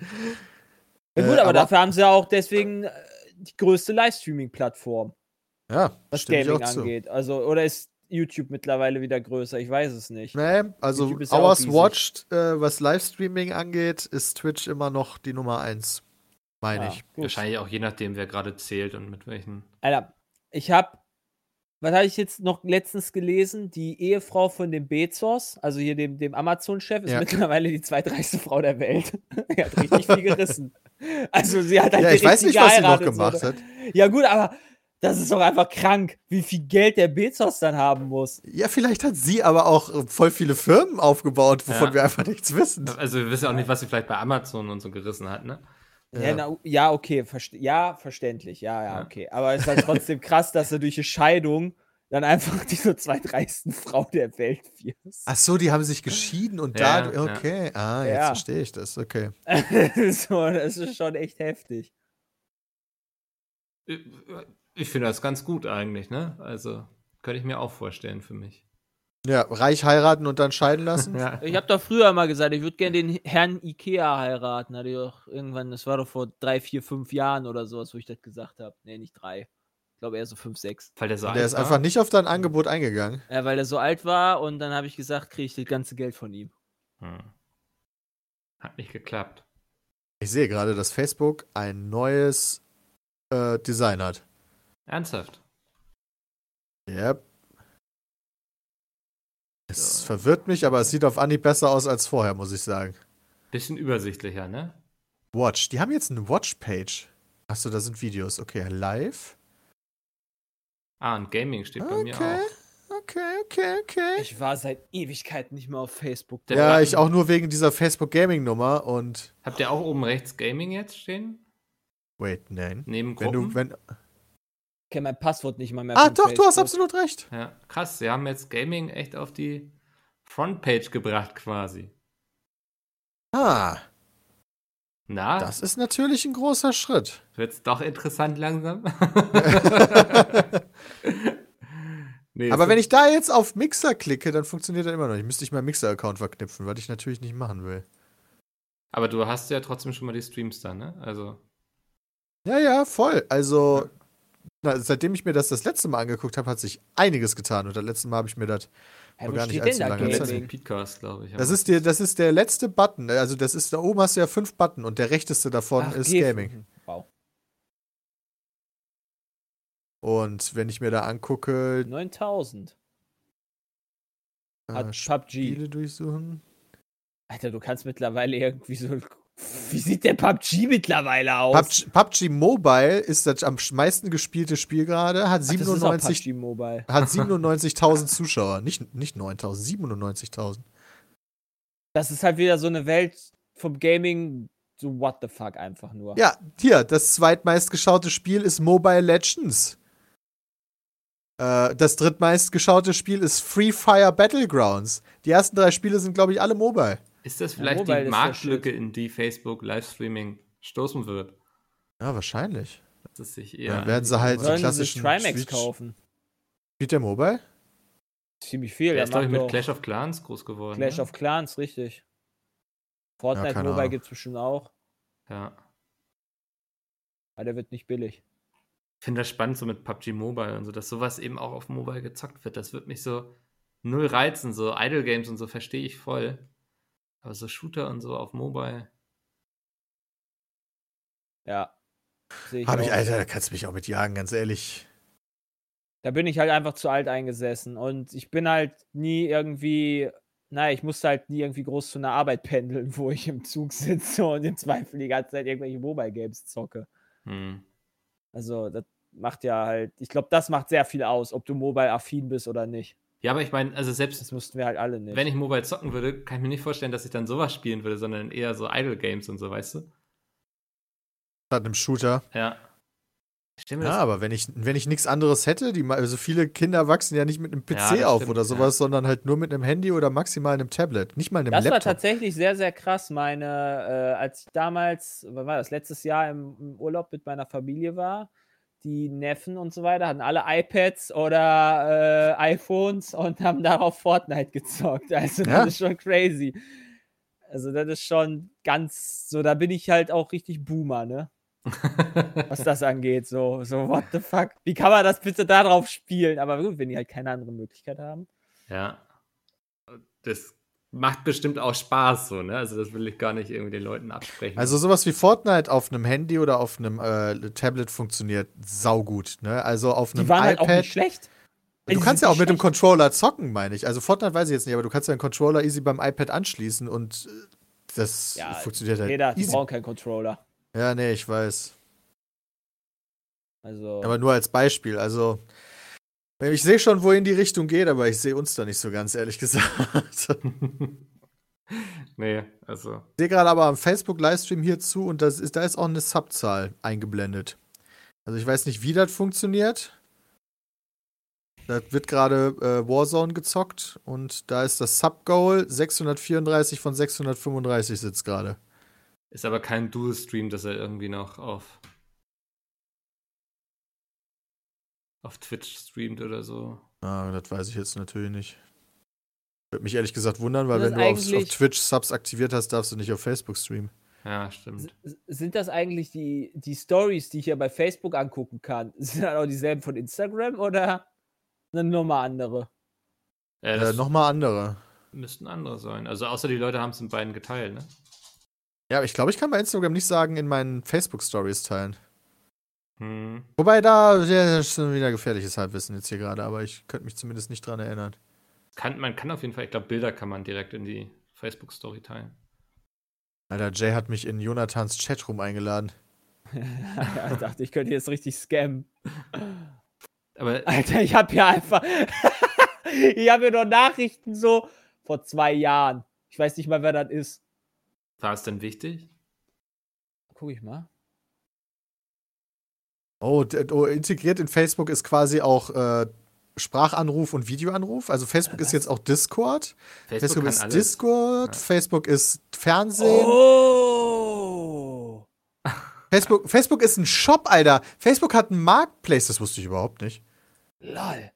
Speaker 3: Äh,
Speaker 4: aber,
Speaker 3: aber-
Speaker 4: dafür haben sie ja auch deswegen äh, die größte Livestreaming-Plattform,
Speaker 3: ja,
Speaker 4: was
Speaker 3: stimme ich
Speaker 4: Gaming
Speaker 3: auch zu.
Speaker 4: angeht. Also, oder ist YouTube mittlerweile wieder größer? Ich weiß es nicht.
Speaker 3: Nee, also
Speaker 4: YouTube ist ja auch
Speaker 3: Hours
Speaker 4: riesig.
Speaker 3: Watched, äh, was Livestreaming angeht, ist Twitch immer noch die Nummer eins, meine
Speaker 4: Ja,
Speaker 3: ich.
Speaker 4: gut.
Speaker 2: Wahrscheinlich auch je nachdem, wer gerade zählt und mit welchen.
Speaker 4: Alter, ich habe, was habe ich jetzt noch letztens gelesen? Die Ehefrau von dem Bezos, also hier dem, dem Amazon-Chef, ist
Speaker 3: Ja.
Speaker 4: mittlerweile die zweitreichste Frau der Welt. er hat richtig viel gerissen. Also sie hat halt
Speaker 3: Ja,
Speaker 4: die
Speaker 3: ich weiß nicht,
Speaker 4: richtige
Speaker 3: was sie noch
Speaker 4: Heirat und
Speaker 3: gemacht
Speaker 4: so.
Speaker 3: hat.
Speaker 4: Ja gut, aber das ist doch einfach krank, wie viel Geld der Bezos dann haben muss.
Speaker 3: Ja, vielleicht hat sie aber auch äh, voll viele Firmen aufgebaut, wovon
Speaker 2: Ja.
Speaker 3: wir einfach nichts wissen.
Speaker 2: Also wir wissen auch nicht, was sie vielleicht bei Amazon und so gerissen hat, ne?
Speaker 4: Ja,
Speaker 3: Ja.
Speaker 4: na, ja okay, verste- ja, verständlich, ja, ja,
Speaker 2: Ja.
Speaker 4: okay. Aber es ist halt trotzdem krass, dass du durch eine Scheidung dann einfach die so zweitreichsten Frau der Welt wirst.
Speaker 3: Ach so, die haben sich geschieden und
Speaker 2: Ja,
Speaker 3: da.
Speaker 2: ja.
Speaker 3: Okay, ah, jetzt
Speaker 4: Ja.
Speaker 3: verstehe ich das. Okay.
Speaker 4: so, das ist schon echt heftig.
Speaker 2: Ich- äh, Ich finde das ganz gut eigentlich, ne? Also, könnte ich mir auch vorstellen für mich.
Speaker 3: Ja, reich heiraten und dann scheiden lassen.
Speaker 2: Ja.
Speaker 4: Ich habe doch früher mal gesagt, ich würde gerne den Herrn Ikea heiraten. Hatte ich doch irgendwann, das war doch vor drei, vier, fünf Jahren oder sowas, wo ich das gesagt habe. Nee, nicht drei. Ich glaube eher so fünf, sechs.
Speaker 2: Weil der so
Speaker 3: Der
Speaker 2: alt
Speaker 3: ist
Speaker 2: war.
Speaker 3: einfach nicht auf dein Angebot eingegangen.
Speaker 4: Ja, weil er so alt war und dann habe ich gesagt, kriege ich das ganze Geld von ihm.
Speaker 2: Hm. Hat nicht geklappt.
Speaker 3: Ich sehe gerade, dass Facebook ein neues äh, Design hat.
Speaker 2: Ernsthaft.
Speaker 3: Yep. Es
Speaker 2: So.
Speaker 3: verwirrt mich, aber es sieht auf Anhieb besser aus als vorher, muss ich sagen.
Speaker 2: Bisschen übersichtlicher, ne?
Speaker 3: Watch. Die haben jetzt eine Watch-Page. Achso, da sind Videos. Okay, live.
Speaker 2: Ah, und Gaming steht bei mir
Speaker 3: Okay.
Speaker 2: auch.
Speaker 3: Okay, okay, okay.
Speaker 4: Ich war seit Ewigkeiten nicht mehr auf Facebook.
Speaker 2: Der
Speaker 3: ja,
Speaker 2: Button.
Speaker 3: ich auch nur wegen dieser Facebook-Gaming-Nummer und.
Speaker 2: Habt ihr auch oben rechts Gaming jetzt stehen?
Speaker 3: Wait, nein.
Speaker 2: Neben
Speaker 3: Wenn
Speaker 2: Gruppen?
Speaker 3: du, wenn.
Speaker 4: Ich kenne mein Passwort nicht mal mehr.
Speaker 3: Ah,
Speaker 4: von
Speaker 3: doch, du hast
Speaker 4: Facebook.
Speaker 3: absolut recht.
Speaker 2: ja, krass. Sie haben jetzt Gaming echt auf die Frontpage gebracht quasi.
Speaker 3: Ah,
Speaker 2: Na,
Speaker 3: das ist natürlich ein großer Schritt.
Speaker 2: wird's doch interessant langsam. nee,
Speaker 3: Aber
Speaker 2: es
Speaker 3: wenn
Speaker 2: ist-
Speaker 3: ich da jetzt auf Mixer klicke, dann funktioniert er immer noch. Ich müsste ich meinen Mixer-Account verknüpfen, was ich natürlich nicht machen will.
Speaker 2: Aber du hast ja trotzdem schon mal die Streams da, ne? Also,
Speaker 3: Ja, ja, voll. Also, na, seitdem ich mir das das letzte Mal angeguckt habe, hat sich einiges getan. Und das letzte Mal habe ich mir das.
Speaker 4: Hä,
Speaker 3: Vor
Speaker 4: wo
Speaker 3: gar nicht
Speaker 4: steht denn
Speaker 3: allzu
Speaker 4: da
Speaker 3: langer
Speaker 2: im
Speaker 3: Zeit.
Speaker 2: letzten
Speaker 4: Gaming?
Speaker 2: Podcast, glaube ich.
Speaker 3: Das ist, der, das ist der letzte Button. Also, das ist da oben hast du ja fünf Button und der rechteste davon
Speaker 4: Ach,
Speaker 3: ist
Speaker 4: Gift.
Speaker 3: Gaming.
Speaker 4: Wow.
Speaker 3: Und wenn ich mir da angucke,
Speaker 4: 9000
Speaker 3: äh,
Speaker 4: hat PUBG.
Speaker 3: Spiele durchsuchen.
Speaker 4: Alter, du kannst mittlerweile irgendwie so. Wie sieht der PUBG mittlerweile aus?
Speaker 3: PUBG, PUBG Mobile ist das am meisten gespielte Spiel gerade, hat
Speaker 4: Ach, das ist auch
Speaker 3: 97
Speaker 4: PUBG Mobile.
Speaker 3: hat 97.000 Zuschauer, nicht, nicht 9.000, 97.000.
Speaker 4: Das ist halt wieder so eine Welt vom Gaming, so what the fuck einfach nur.
Speaker 3: Ja, hier, das zweitmeistgeschaute Spiel ist Mobile Legends. Äh, das drittmeistgeschaute Spiel ist Free Fire Battlegrounds. Die ersten drei Spiele sind, glaube ich, alle Mobile.
Speaker 2: Ist das
Speaker 4: Ja,
Speaker 2: vielleicht
Speaker 4: Mobile ist
Speaker 2: die
Speaker 4: der
Speaker 2: Marktlücke, in die Facebook Livestreaming stoßen wird?
Speaker 3: Ja, wahrscheinlich.
Speaker 2: Dass es sich
Speaker 3: Ja,
Speaker 2: eher.
Speaker 3: Dann werden sie halt so
Speaker 4: Sollen sie sich
Speaker 3: klassischen
Speaker 4: Trimax
Speaker 3: Switch-
Speaker 4: kaufen?
Speaker 3: Spielt der Mobile?
Speaker 4: Ziemlich viel.
Speaker 2: Der
Speaker 4: der
Speaker 2: ist, glaube ich, mit
Speaker 4: macht doch
Speaker 2: Clash of Clans groß geworden.
Speaker 4: Clash
Speaker 2: ne?
Speaker 4: of Clans, richtig. Fortnite
Speaker 3: keine
Speaker 4: Mobile
Speaker 3: Ahnung.
Speaker 4: gibt es bestimmt auch,
Speaker 2: Ja.
Speaker 4: aber der wird nicht billig.
Speaker 2: Ich finde das spannend, so mit PUBG Mobile und so, dass sowas eben auch auf Mobile gezockt wird. Das wird mich so null reizen. So Idle Games und so verstehe ich voll. Aber so Shooter und so auf Mobile.
Speaker 4: Ja. Sehe
Speaker 3: Hab ich,
Speaker 4: auch.
Speaker 3: Alter, da kannst du mich auch mit jagen, ganz ehrlich.
Speaker 4: Da bin ich halt einfach zu alt eingesessen und ich bin halt nie irgendwie, naja, ich musste halt nie irgendwie groß zu einer Arbeit pendeln, wo ich im Zug sitze und im Zweifel die ganze Zeit irgendwelche Mobile Games zocke.
Speaker 2: Hm.
Speaker 4: Also, das macht ja halt, ich glaube, das macht sehr viel aus, ob du mobile-affin bist oder nicht.
Speaker 2: Ja, aber ich meine, also selbst
Speaker 4: Das mussten wir halt alle nicht.
Speaker 2: wenn ich Mobile zocken würde, kann ich mir nicht vorstellen, dass ich dann sowas spielen würde, sondern eher so Idle Games und so, weißt du?
Speaker 3: Statt einem Shooter.
Speaker 2: Ja. Ich stell mir
Speaker 3: Ja,
Speaker 2: das
Speaker 3: aber wenn ich, wenn ich nichts anderes hätte, die, ma- also viele Kinder wachsen ja nicht mit einem
Speaker 2: Ja,
Speaker 3: PC
Speaker 2: das
Speaker 3: auf
Speaker 2: stimmt,
Speaker 3: oder
Speaker 2: ja.
Speaker 3: sowas, sondern halt nur mit einem Handy oder maximal einem Tablet. Nicht mal einem
Speaker 4: das war
Speaker 3: Laptop.
Speaker 4: tatsächlich sehr, sehr krass. Meine, äh, als ich damals, wann war das, letztes Jahr im, im Urlaub mit meiner Familie war, die Neffen und so weiter hatten alle iPads oder äh, iPhones und haben darauf Fortnite gezockt. Also,
Speaker 3: Ja.
Speaker 4: das ist schon crazy. Also, das ist schon ganz so, da bin ich halt auch richtig Boomer, ne? was das angeht. So, so, what the fuck? Wie kann man das bitte darauf spielen? Aber gut, wenn die halt keine andere Möglichkeit haben.
Speaker 2: Ja. Das macht bestimmt auch Spaß so, ne? Also das will ich gar nicht irgendwie den Leuten absprechen.
Speaker 3: Also sowas wie Fortnite auf einem Handy oder auf einem äh, Tablet funktioniert saugut. Ne? Also auf
Speaker 4: Die
Speaker 3: einem
Speaker 4: waren halt
Speaker 3: iPad.
Speaker 4: auch nicht schlecht.
Speaker 3: du
Speaker 4: Die
Speaker 3: kannst
Speaker 4: sind
Speaker 3: ja auch mit dem
Speaker 4: nicht schlecht.
Speaker 3: Controller zocken, meine ich. Also Fortnite weiß ich jetzt nicht, aber du kannst ja einen Controller easy beim iPad anschließen und äh, das
Speaker 4: Ja,
Speaker 3: funktioniert halt
Speaker 4: Jeder, die
Speaker 3: easy.
Speaker 4: brauchen keinen Controller.
Speaker 3: Ja, nee, ich weiß.
Speaker 4: Also,
Speaker 3: Aber nur als Beispiel. Also ich sehe schon, wohin die Richtung geht, aber ich sehe uns da nicht so ganz, ehrlich gesagt.
Speaker 2: nee, also.
Speaker 3: sehe gerade aber am Facebook-Livestream hier zu und das ist, da ist auch eine Subzahl eingeblendet. Also ich weiß nicht, wie das funktioniert. Da wird gerade äh, Warzone gezockt und da ist das Sub-Goal. 634 von 635 sitzt gerade.
Speaker 2: Ist aber kein Dual-Stream, dass er irgendwie noch auf auf Twitch streamt oder so.
Speaker 3: Ah, das weiß ich jetzt natürlich nicht. Würde mich ehrlich gesagt wundern, weil
Speaker 4: Das
Speaker 3: wenn du auf, auf
Speaker 4: eigentlich-
Speaker 3: Twitch Subs aktiviert hast, darfst du nicht auf Facebook streamen.
Speaker 2: Ja, stimmt.
Speaker 4: s- sind das eigentlich die, die Stories, die ich hier bei Facebook angucken kann? Sind das auch dieselben von Instagram oder eine Nummer andere?
Speaker 2: Äh,
Speaker 3: Äh,
Speaker 2: das
Speaker 3: Nochmal andere.
Speaker 2: müssten andere sein. Also außer die Leute haben es in beiden geteilt, ne?
Speaker 3: Ja, aber ich glaube, ich kann bei Instagram nicht sagen, in meinen Facebook-Stories teilen.
Speaker 2: Hm.
Speaker 3: Wobei da ja, das ist schon wieder gefährliches Halbwissen jetzt hier gerade, aber ich könnte mich zumindest nicht dran erinnern.
Speaker 2: Kann, man kann auf jeden Fall, ich glaube, Bilder kann man direkt in die Facebook-Story teilen.
Speaker 3: Alter, Jay hat mich in Jonathans Chatroom eingeladen.
Speaker 4: ja, ich dachte, ich könnte jetzt richtig scammen.
Speaker 2: Aber
Speaker 4: Alter, ich habe hier einfach. ich habe hier nur Nachrichten so vor zwei Jahren. Ich weiß nicht mal, wer das ist.
Speaker 2: war es denn wichtig?
Speaker 4: Guck ich mal.
Speaker 3: Oh, d- oh integriert in Facebook ist quasi auch äh, Sprachanruf und Videoanruf. Also Facebook ist jetzt auch Discord. Facebook, ist Discord,
Speaker 2: Ja.
Speaker 3: Facebook ist Fernsehen.
Speaker 4: Oh!
Speaker 3: Facebook, Facebook ist ein Shop, Alter. Facebook hat einen Marketplace, das wusste ich überhaupt nicht,
Speaker 4: Lol.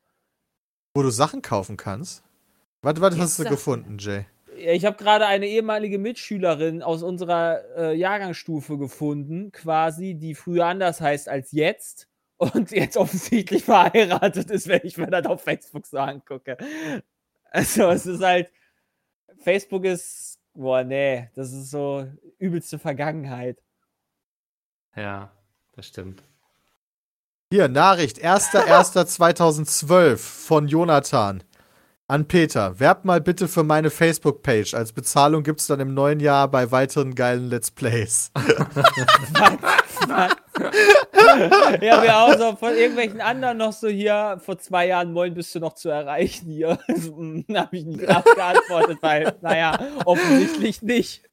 Speaker 3: wo du Sachen kaufen kannst. Warte, warte,
Speaker 4: Jetzt
Speaker 3: hast du
Speaker 4: sag-
Speaker 3: gefunden, Jay?
Speaker 4: Ja, Ich habe gerade eine ehemalige Mitschülerin aus unserer äh, Jahrgangsstufe gefunden, quasi, die früher anders heißt als jetzt und jetzt offensichtlich verheiratet ist, wenn ich mir das auf Facebook so angucke. Also es ist halt, Facebook ist, boah, nee, das ist so übelste Vergangenheit.
Speaker 2: Ja, das stimmt.
Speaker 3: Hier, Nachricht, 1.1.2012 von Jonathan an Peter. Werb mal bitte für meine Facebook-Page. Als Bezahlung gibt's dann im neuen Jahr bei weiteren geilen Let's Plays.
Speaker 4: ja, wir auch so von irgendwelchen anderen noch so hier vor zwei Jahren, moin, bist du noch zu erreichen hier? habe ich nicht drauf geantwortet, weil, naja, offensichtlich nicht.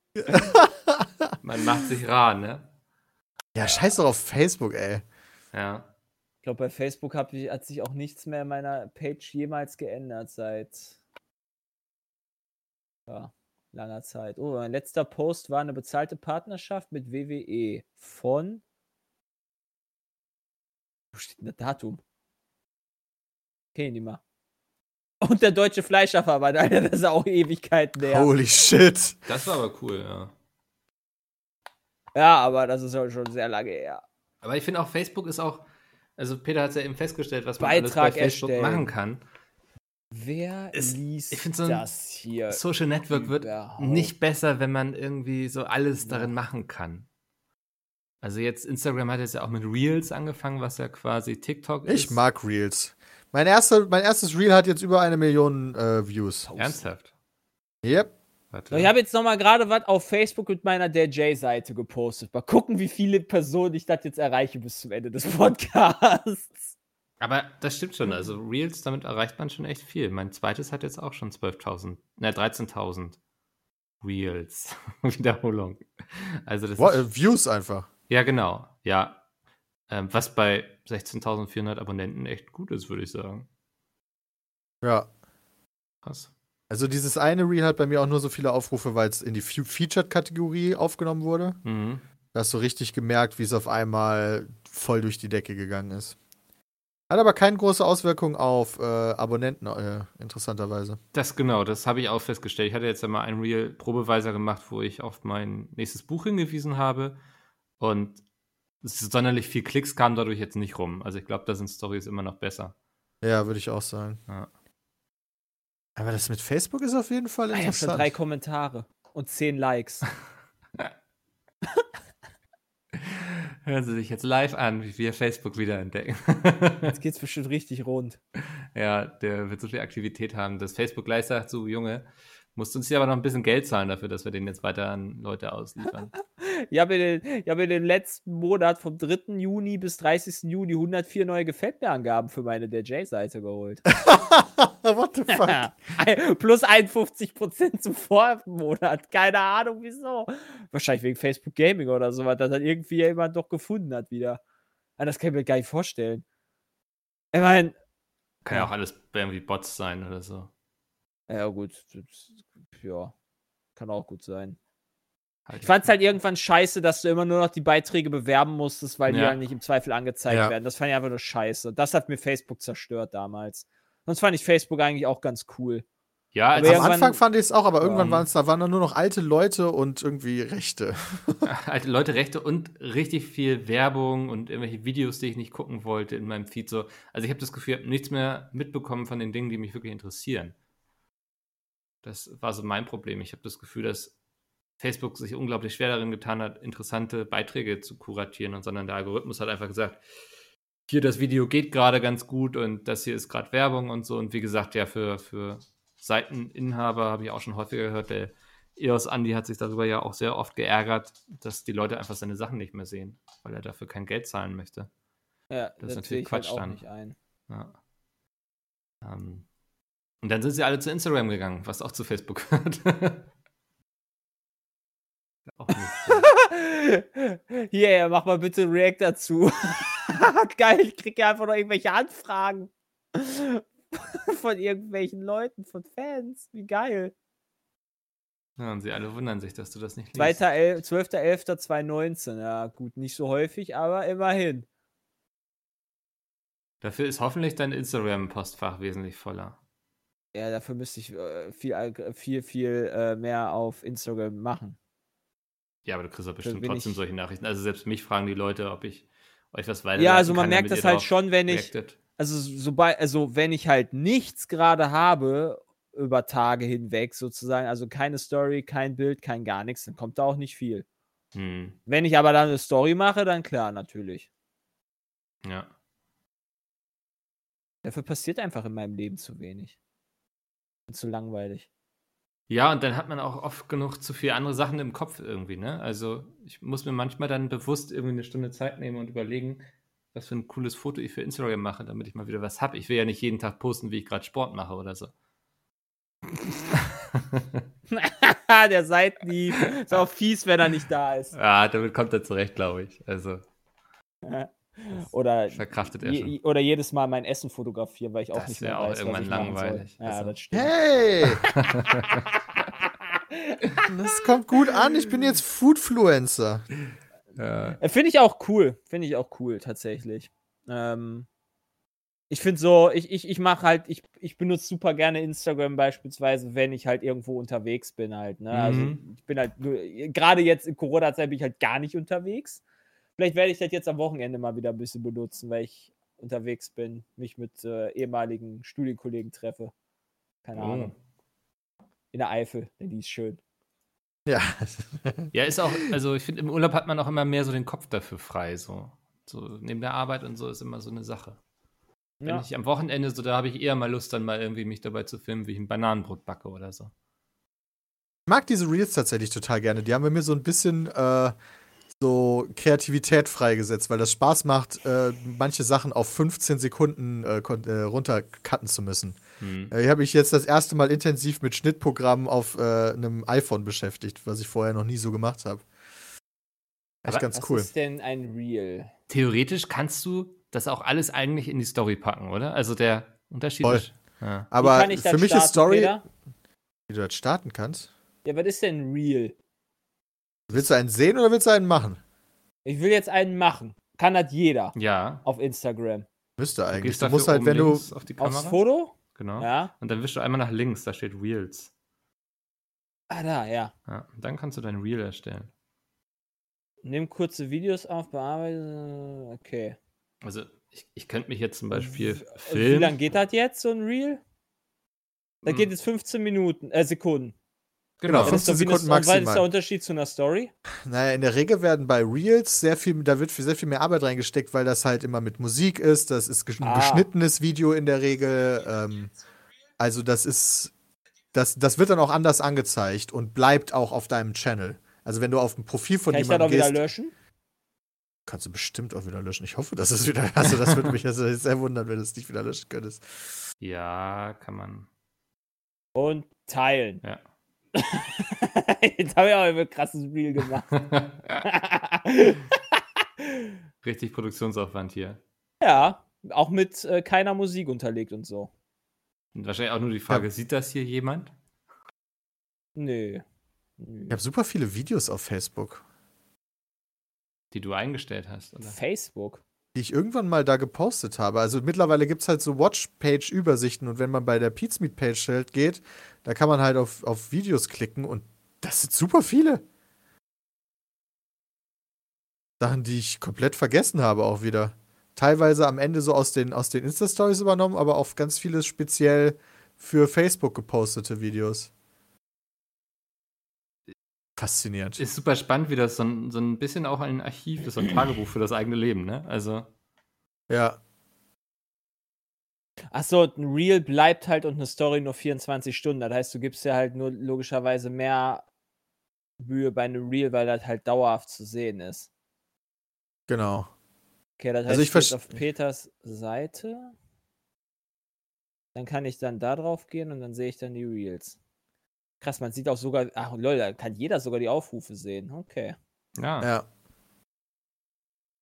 Speaker 2: Man macht sich rar, ne?
Speaker 3: Ja, scheiß doch auf Facebook, ey.
Speaker 2: Ja.
Speaker 4: Ich glaube, bei Facebook hab ich, hat sich auch nichts mehr in meiner Page jemals geändert seit ja, langer Zeit. Oh, mein letzter Post war eine bezahlte Partnerschaft mit WWE von. Wo steht denn das Datum? Okay, nicht mal. Und der deutsche Fleischverarbeit, Alter, das ist auch Ewigkeiten her.
Speaker 3: Holy shit.
Speaker 2: Das war aber cool, ja.
Speaker 4: Ja, aber das ist halt schon sehr lange her.
Speaker 2: Aber ich finde auch, Facebook ist auch, also Peter hat es ja eben festgestellt, was man
Speaker 4: Beitrag
Speaker 2: alles bei Facebook
Speaker 4: erstellen.
Speaker 2: machen kann.
Speaker 4: Wer
Speaker 2: Es-
Speaker 4: liest
Speaker 2: ich find so ein
Speaker 4: das hier?
Speaker 2: Social Network wird
Speaker 4: Überhaupt.
Speaker 2: nicht besser, wenn man irgendwie so alles darin machen kann. Also jetzt, Instagram hat jetzt ja auch mit Reels angefangen, was ja quasi TikTok ist.
Speaker 3: Ich mag Reels. Mein, erster, mein erstes Reel hat jetzt über eine Million äh, Views.
Speaker 2: Ernsthaft?
Speaker 3: Yep.
Speaker 2: Warte.
Speaker 4: So, ich habe jetzt noch mal gerade was auf Facebook mit meiner Der J-Seite gepostet. Mal gucken, wie viele Personen ich das jetzt erreiche bis zum Ende des Podcasts.
Speaker 2: Aber das stimmt schon. Also Reels, damit erreicht man schon echt viel. Mein zweites hat jetzt auch schon 12.000, ne, 13.000 Reels. Wiederholung. Also das
Speaker 3: Wo-
Speaker 2: ist,
Speaker 3: äh, Views einfach.
Speaker 2: ja, genau. Ja. Ähm, was bei 16.400 Abonnenten echt gut ist, würde ich sagen.
Speaker 3: Ja.
Speaker 2: Krass.
Speaker 3: Also dieses eine Reel hat bei mir auch nur so viele Aufrufe, weil es in die Fe- Featured-Kategorie aufgenommen wurde.
Speaker 2: Mhm.
Speaker 3: Da hast du richtig gemerkt, wie es auf einmal voll durch die Decke gegangen ist. Hat aber keine große Auswirkung auf äh, Abonnenten, äh, interessanterweise.
Speaker 2: Das genau, das habe ich auch festgestellt. Ich hatte jetzt ja mal einen Real Probeweiser gemacht, wo ich auf mein nächstes Buch hingewiesen habe und es ist sonderlich viel Klicks kamen dadurch jetzt nicht rum. Also ich glaube, da sind Stories immer noch besser.
Speaker 3: Ja, würde ich auch sagen.
Speaker 2: Ja.
Speaker 3: Aber das mit Facebook ist auf jeden
Speaker 2: Ah,
Speaker 3: Fall
Speaker 4: Ich habe schon
Speaker 3: interessant.
Speaker 4: drei Kommentare und zehn Likes.
Speaker 2: Hören Sie sich jetzt live an, wie wir Facebook wieder entdecken.
Speaker 4: Jetzt geht's bestimmt richtig rund.
Speaker 2: ja, der wird so viel Aktivität haben, dass Facebook gleich sagt, so Junge, musst uns hier aber noch ein bisschen Geld zahlen dafür, dass wir den jetzt weiter an Leute ausliefern.
Speaker 4: Ich habe in, den- ich hab in den letzten Monat vom 3. Juni bis 30. Juni 104 neue Gefällt mir Angaben für meine Der J-Seite geholt.
Speaker 3: What the
Speaker 2: Also
Speaker 3: fuck?
Speaker 4: Ein- Plus 51% zum Vormonat. Keine Ahnung wieso. Wahrscheinlich wegen Facebook Gaming oder sowas, dass dann irgendwie jemand doch gefunden hat wieder. Ah, Das kann ich mir gar nicht vorstellen. Ich meine,
Speaker 2: Kann ja auch alles irgendwie Bots sein oder so.
Speaker 4: ja gut, das- ja, kann auch gut sein.
Speaker 2: Halt
Speaker 4: Ich fand es halt irgendwann scheiße, dass du immer nur noch die Beiträge bewerben musstest, weil die
Speaker 2: Ja.
Speaker 4: ja nicht im Zweifel angezeigt
Speaker 3: Ja.
Speaker 4: werden. Das fand ich einfach nur scheiße. Das hat mir Facebook zerstört damals. Sonst fand ich Facebook eigentlich auch ganz cool.
Speaker 2: ja, als es
Speaker 3: Am
Speaker 4: halt Aber irgendwann-
Speaker 3: Anfang fand ich es auch, aber irgendwann
Speaker 2: Ja.
Speaker 3: waren's, da waren da nur noch alte Leute und irgendwie Rechte.
Speaker 2: alte Leute Rechte und richtig viel Werbung und irgendwelche Videos, die ich nicht gucken wollte in meinem Feed. So. Also ich habe das Gefühl, ich habe nichts mehr mitbekommen von den Dingen, die mich wirklich interessieren. Das war so mein Problem. Ich habe das Gefühl, dass Facebook sich unglaublich schwer darin getan hat, interessante Beiträge zu kuratieren, und sondern der Algorithmus hat einfach gesagt, hier das Video geht gerade ganz gut und das hier ist gerade Werbung und so. Und wie gesagt, ja, für, für Seiteninhaber habe ich auch schon häufiger gehört, der EOS Andy hat sich darüber ja auch sehr oft geärgert, dass die Leute einfach seine Sachen nicht mehr sehen, weil er dafür kein Geld zahlen möchte.
Speaker 4: Ja,
Speaker 2: Das ist
Speaker 4: das sehe
Speaker 2: natürlich
Speaker 4: ich halt
Speaker 2: Quatsch
Speaker 4: auch
Speaker 2: dann.
Speaker 4: nicht ein.
Speaker 2: Ja. Ähm. Und dann sind sie alle zu Instagram gegangen, was auch zu Facebook gehört. auch nicht.
Speaker 4: Hier, yeah, mach mal bitte ein React dazu. Geil, ich krieg ja einfach noch irgendwelche Anfragen. von irgendwelchen Leuten, von Fans. Wie geil.
Speaker 2: Ja, und sie alle wundern sich, dass du das nicht liest.
Speaker 4: 12.11.2019. Ja, gut, nicht so häufig, aber immerhin.
Speaker 2: Dafür ist hoffentlich dein Instagram-Postfach wesentlich voller.
Speaker 4: Ja, dafür müsste ich äh, viel, ag- viel, viel äh, mehr auf Instagram machen.
Speaker 2: Ja, aber du kriegst doch bestimmt
Speaker 4: bin
Speaker 2: trotzdem
Speaker 4: ich-
Speaker 2: solche Nachrichten. Also selbst mich fragen die Leute, ob ich euch was weiter.
Speaker 4: Ja, also man merkt das halt schon, wenn ich, also sobald, also wenn ich halt nichts gerade habe über Tage hinweg sozusagen, also keine Story, kein Bild, kein gar nichts, dann kommt da auch nicht viel.
Speaker 2: Hm,
Speaker 4: Wenn ich aber dann eine Story mache, dann klar, natürlich.
Speaker 2: ja.
Speaker 4: Dafür passiert einfach in meinem Leben zu wenig. Bin zu langweilig.
Speaker 2: Ja, und dann hat man auch oft genug zu viele andere Sachen im Kopf irgendwie, ne? Also ich muss mir manchmal dann bewusst irgendwie eine Stunde Zeit nehmen und überlegen, was für ein cooles Foto ich für Instagram mache, damit ich mal wieder was habe. Ich will ja nicht jeden Tag posten, wie ich gerade Sport mache oder so.
Speaker 4: Der Seitenhieb. Ist auch fies, wenn er nicht da ist.
Speaker 2: ah, damit kommt er zurecht, glaube ich. Also
Speaker 4: Oder,
Speaker 2: verkraftet er schon.
Speaker 4: je, oder jedes Mal mein Essen fotografieren, weil ich auch
Speaker 2: Das
Speaker 4: nicht
Speaker 2: wär
Speaker 4: mehr
Speaker 2: auch
Speaker 4: weiß, was
Speaker 2: irgendwann
Speaker 4: ich machen
Speaker 2: langweilig.
Speaker 4: soll. Ja,
Speaker 2: Also-
Speaker 4: das stimmt.
Speaker 3: Hey! das kommt gut an. Ich bin jetzt Foodfluencer.
Speaker 2: Ja.
Speaker 4: Äh, Finde ich auch cool. Finde ich auch cool, tatsächlich. Ähm, ich finde so, ich, ich, ich mache halt, ich, ich benutze super gerne Instagram beispielsweise, wenn ich halt irgendwo unterwegs bin halt. Ne? Also
Speaker 2: Mhm.
Speaker 4: ich bin halt, nur- gerade jetzt in Corona-Zeit bin ich halt gar nicht unterwegs. Vielleicht werde ich das jetzt am Wochenende mal wieder ein bisschen benutzen, weil ich unterwegs bin, mich mit äh, ehemaligen Studienkollegen treffe. Keine
Speaker 3: Mhm.
Speaker 2: Oh.
Speaker 4: Ahnung. In der Eifel, denn die ist schön.
Speaker 3: Ja.
Speaker 2: ja, ist auch, also ich finde, im Urlaub hat man auch immer mehr so den Kopf dafür frei. So. so neben der Arbeit und so ist immer so eine Sache. Wenn
Speaker 4: Ja.
Speaker 2: ich am Wochenende so, da habe ich eher mal Lust, dann mal irgendwie mich dabei zu filmen, wie ich ein Bananenbrot backe oder so.
Speaker 3: Ich mag diese Reels tatsächlich total gerne. Die haben bei mir so ein bisschen äh, so Kreativität freigesetzt, weil das Spaß macht, äh, manche Sachen auf 15 Sekunden äh, kon- äh, runtercutten zu müssen.
Speaker 2: Hm.
Speaker 3: Äh, Ich habe mich jetzt das erste Mal intensiv mit Schnittprogrammen auf äh, einem iPhone beschäftigt, was ich vorher noch nie so gemacht habe. Echt
Speaker 2: Aber
Speaker 3: ganz
Speaker 4: Was
Speaker 3: cool.
Speaker 4: ist denn ein Real?
Speaker 2: Theoretisch kannst du das auch alles eigentlich in die Story packen, oder? Also der Unterschied
Speaker 3: Voll.
Speaker 2: ist. Ja.
Speaker 3: Aber
Speaker 4: kann ich das
Speaker 3: für mich ist
Speaker 4: starten,
Speaker 3: Story,
Speaker 4: Peter?
Speaker 3: wie du das starten kannst.
Speaker 4: Ja, was ist denn real?
Speaker 3: Willst du einen sehen oder willst du einen machen?
Speaker 4: Ich will jetzt einen machen. Kann das jeder
Speaker 2: ja.
Speaker 4: auf Instagram.
Speaker 3: Müsste
Speaker 2: Du
Speaker 3: eigentlich.
Speaker 2: gehst
Speaker 3: Du,
Speaker 2: dafür
Speaker 3: musst halt,
Speaker 2: oben
Speaker 3: wenn du.
Speaker 2: links auf die
Speaker 4: Aufs
Speaker 2: Kamera.
Speaker 4: Foto?
Speaker 2: Genau.
Speaker 4: Ja.
Speaker 2: Und dann wischst du einmal nach links, da steht Reels.
Speaker 4: Ah, da, ja.
Speaker 2: Ja. Und dann kannst du dein Reel erstellen.
Speaker 4: Nimm kurze Videos auf, bearbeite. Okay.
Speaker 2: Also ich, ich könnte mich jetzt zum Beispiel
Speaker 4: Und Wie
Speaker 2: filmen.
Speaker 4: lange geht das jetzt, so ein Reel? Das geht
Speaker 2: Hm,
Speaker 4: jetzt 15 Minuten, äh, Sekunden.
Speaker 2: Genau.
Speaker 4: Das
Speaker 3: Genau.
Speaker 4: ist
Speaker 3: 15
Speaker 4: doch wie eine-
Speaker 3: Sekunden
Speaker 4: und Was ist
Speaker 3: maximal.
Speaker 4: der Unterschied zu einer Story?
Speaker 3: Naja, in der Regel werden bei Reels sehr viel, da wird viel- sehr viel mehr Arbeit reingesteckt, weil das halt immer mit Musik ist. Das ist gesch- ein
Speaker 4: Ah.
Speaker 3: geschnittenes Video in der Regel. Ähm, also das ist, das, das wird dann auch anders angezeigt und bleibt auch auf deinem Channel. Also wenn du auf ein Profil von
Speaker 4: Kann ich das auch
Speaker 3: jemandem
Speaker 4: wieder
Speaker 3: gehst,
Speaker 4: löschen?
Speaker 3: kannst du bestimmt auch wieder löschen. Ich hoffe, dass es wieder, also das würde mich also sehr wundern, wenn du es nicht wieder löschen könntest.
Speaker 2: Ja, kann man.
Speaker 4: Und teilen.
Speaker 2: Ja.
Speaker 4: jetzt habe ich auch ein krasses Reel gemacht.
Speaker 2: Richtig Produktionsaufwand hier.
Speaker 4: ja, auch mit äh, keiner Musik unterlegt und so.
Speaker 2: Und wahrscheinlich auch nur die Frage, sieht das hier jemand?
Speaker 4: Nö.
Speaker 3: Ich habe super viele Videos auf Facebook,
Speaker 2: Die du eingestellt hast, oder?
Speaker 4: Facebook.
Speaker 3: die ich irgendwann mal da gepostet habe. Also mittlerweile gibt es halt so Watch-Page-Übersichten und wenn man bei der Pizmeet-Page halt geht, da kann man halt auf, auf Videos klicken und das sind super viele. Sachen, die ich komplett vergessen habe auch wieder. Teilweise am Ende so aus den, aus den Insta-Stories übernommen, aber auch ganz viele speziell für Facebook gepostete Videos. Faszinierend.
Speaker 2: Ist super spannend, wie das so ein, so ein bisschen auch ein Archiv ist, so ein Tagebuch für das eigene Leben, ne? Also,
Speaker 3: Ja.
Speaker 4: Achso, ein Reel bleibt halt und eine Story nur 24 Stunden. Das heißt, du gibst ja halt nur logischerweise mehr Mühe bei einem Reel, weil das halt dauerhaft zu sehen ist.
Speaker 3: Genau.
Speaker 4: Okay, das heißt,
Speaker 3: Also ich
Speaker 4: gehe jetzt
Speaker 3: verste-
Speaker 4: auf Peters Seite. Dann kann ich dann da drauf gehen und dann sehe ich dann die Reels. Krass, man sieht auch sogar, ach lol, da kann jeder sogar die Aufrufe sehen. Okay.
Speaker 2: ja.
Speaker 3: Ja.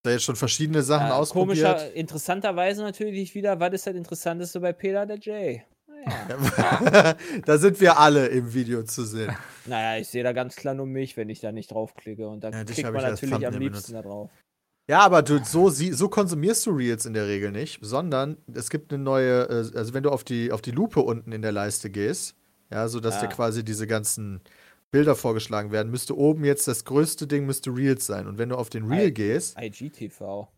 Speaker 3: Da jetzt schon verschiedene Sachen
Speaker 4: Ja,
Speaker 3: ausprobiert.
Speaker 4: Äh, Komischer, interessanterweise natürlich wieder, was ist das Interessanteste bei Peter der J? Naja,
Speaker 3: da sind wir alle im Video zu sehen.
Speaker 4: naja ich sehe da ganz klar nur mich, wenn ich da nicht draufklicke. Und da
Speaker 3: Ja, dich
Speaker 4: klickt
Speaker 3: hab
Speaker 4: man
Speaker 3: ich als
Speaker 4: natürlich am
Speaker 3: Thumbnail
Speaker 4: liebsten da drauf.
Speaker 3: Ja, aber du, so, sie, so konsumierst du Reels in der Regel nicht, sondern es gibt eine neue, äh, also wenn du auf die, auf die Lupe unten in der Leiste gehst, ja, sodass dir
Speaker 4: Ah.
Speaker 3: quasi diese ganzen Bilder vorgeschlagen werden, müsste oben jetzt das größte Ding müsste Reels sein. Und wenn du auf den Reel
Speaker 4: Ei.
Speaker 3: gehst,
Speaker 4: IGTV.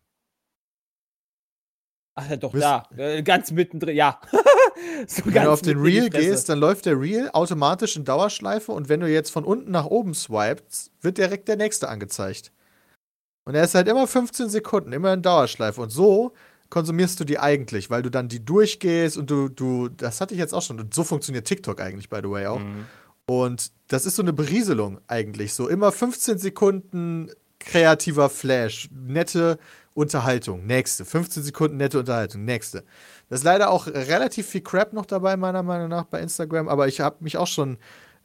Speaker 4: Ach ja, doch,
Speaker 3: Müsst-
Speaker 4: da. Äh, ganz mittendrin, ja. so
Speaker 3: wenn du auf den
Speaker 4: mitten in die
Speaker 3: Reel
Speaker 4: Fresse.
Speaker 3: gehst, dann läuft der Reel automatisch in Dauerschleife und wenn du jetzt von unten nach oben swipest, wird direkt der nächste angezeigt. Und er ist halt immer 15 Sekunden, immer in Dauerschleife. Und so konsumierst du die eigentlich, weil du dann die durchgehst und du, du, das hatte ich jetzt auch schon. Und so funktioniert TikTok eigentlich, by the way, auch.
Speaker 2: Mhm.
Speaker 3: Und das ist so eine Berieselung eigentlich. So immer 15 Sekunden kreativer Flash, nette Unterhaltung, nächste. 15 Sekunden nette Unterhaltung, nächste. Da ist leider auch relativ viel Crap noch dabei, meiner Meinung nach, bei Instagram. Aber ich habe mich auch schon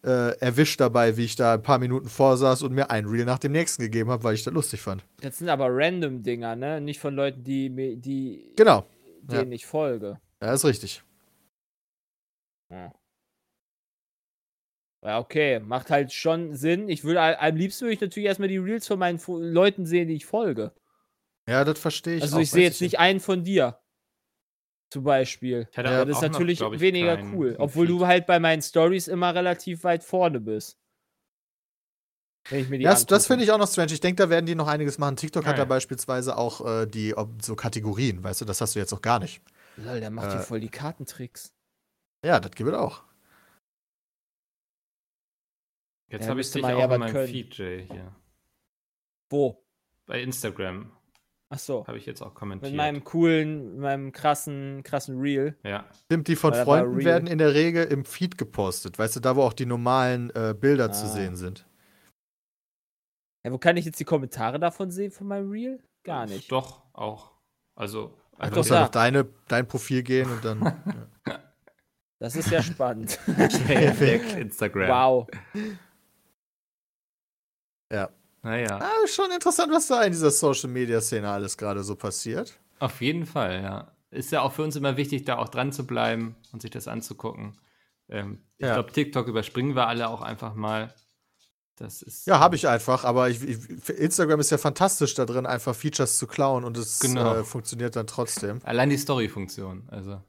Speaker 3: äh, erwischt dabei, wie ich da ein paar Minuten vorsaß und mir ein Reel nach dem nächsten gegeben habe, weil ich das lustig fand.
Speaker 4: Das sind aber random Dinger, ne? Nicht von Leuten, die, mir- die
Speaker 3: Genau, ja.
Speaker 4: denen ich folge.
Speaker 3: das ist richtig.
Speaker 4: Ja, okay, macht halt schon Sinn. Ich würde a- am liebsten würde ich natürlich erstmal die Reels von meinen Fo Leuten sehen, die ich folge.
Speaker 3: Ja, das verstehe ich.
Speaker 4: also
Speaker 3: auch,
Speaker 4: ich sehe
Speaker 3: weiß
Speaker 4: jetzt nicht einen von dir. Zum Beispiel.
Speaker 2: Ich hatte
Speaker 3: Ja,
Speaker 2: aber
Speaker 4: Das ist
Speaker 2: auch noch,
Speaker 4: natürlich
Speaker 2: glaub ich,
Speaker 4: weniger
Speaker 2: keinen
Speaker 4: cool,
Speaker 2: im
Speaker 4: obwohl
Speaker 2: Feed.
Speaker 4: du halt bei meinen Stories immer relativ weit vorne bist. Wenn ich mir die Ah,
Speaker 3: Das, das
Speaker 4: angucke.
Speaker 3: finde ich auch noch strange. Ich denke, da werden die noch einiges machen. TikTok hat
Speaker 2: Ja,
Speaker 3: da
Speaker 2: ja.
Speaker 3: beispielsweise auch äh, die ob, so Kategorien, weißt du, das hast du jetzt noch gar nicht.
Speaker 4: Lol, der macht hier
Speaker 3: äh,
Speaker 4: voll die Kartentricks.
Speaker 3: Ja, das gibt es auch.
Speaker 2: Jetzt
Speaker 4: Ja,
Speaker 2: habe ich
Speaker 4: müsste
Speaker 2: dich
Speaker 4: man
Speaker 2: auch
Speaker 4: ja was
Speaker 2: in meinem
Speaker 4: können.
Speaker 2: Feed, Jay, hier.
Speaker 4: Wo?
Speaker 2: Bei Instagram
Speaker 4: Ach so.
Speaker 2: habe ich jetzt auch kommentiert.
Speaker 4: Mit meinem coolen, meinem krassen, krassen Reel.
Speaker 2: ja.
Speaker 3: Stimmt, die von
Speaker 4: Weil da war
Speaker 3: Freunden
Speaker 4: real.
Speaker 3: werden in der Regel im Feed gepostet, weißt du, da wo auch die normalen äh, Bilder zu
Speaker 4: Ah.
Speaker 3: sehen sind.
Speaker 4: Ja, wo kann ich jetzt die Kommentare davon sehen von meinem Reel? Gar nicht.
Speaker 2: Doch, auch. Also,
Speaker 3: Du
Speaker 2: einfach
Speaker 3: musst
Speaker 4: doch,
Speaker 3: halt
Speaker 4: da.
Speaker 3: auf deine, dein Profil gehen und dann.
Speaker 4: Das ist ja spannend.
Speaker 2: schnell weg, Instagram.
Speaker 4: wow.
Speaker 2: Naja,
Speaker 3: ah, schon interessant, was da in dieser Social Media Szene alles gerade so passiert.
Speaker 2: auf jeden Fall, ja. Ist ja auch für uns immer wichtig, da auch dran zu bleiben und sich das anzugucken. Ähm, ich
Speaker 3: Ja.
Speaker 2: glaube, TikTok überspringen wir alle auch einfach mal. Das ist.
Speaker 3: Ja, habe ich einfach, aber ich, ich, Instagram ist ja fantastisch da drin, einfach Features zu klauen und es
Speaker 2: Genau.
Speaker 3: äh, funktioniert dann trotzdem.
Speaker 2: Allein die Story-Funktion. Also,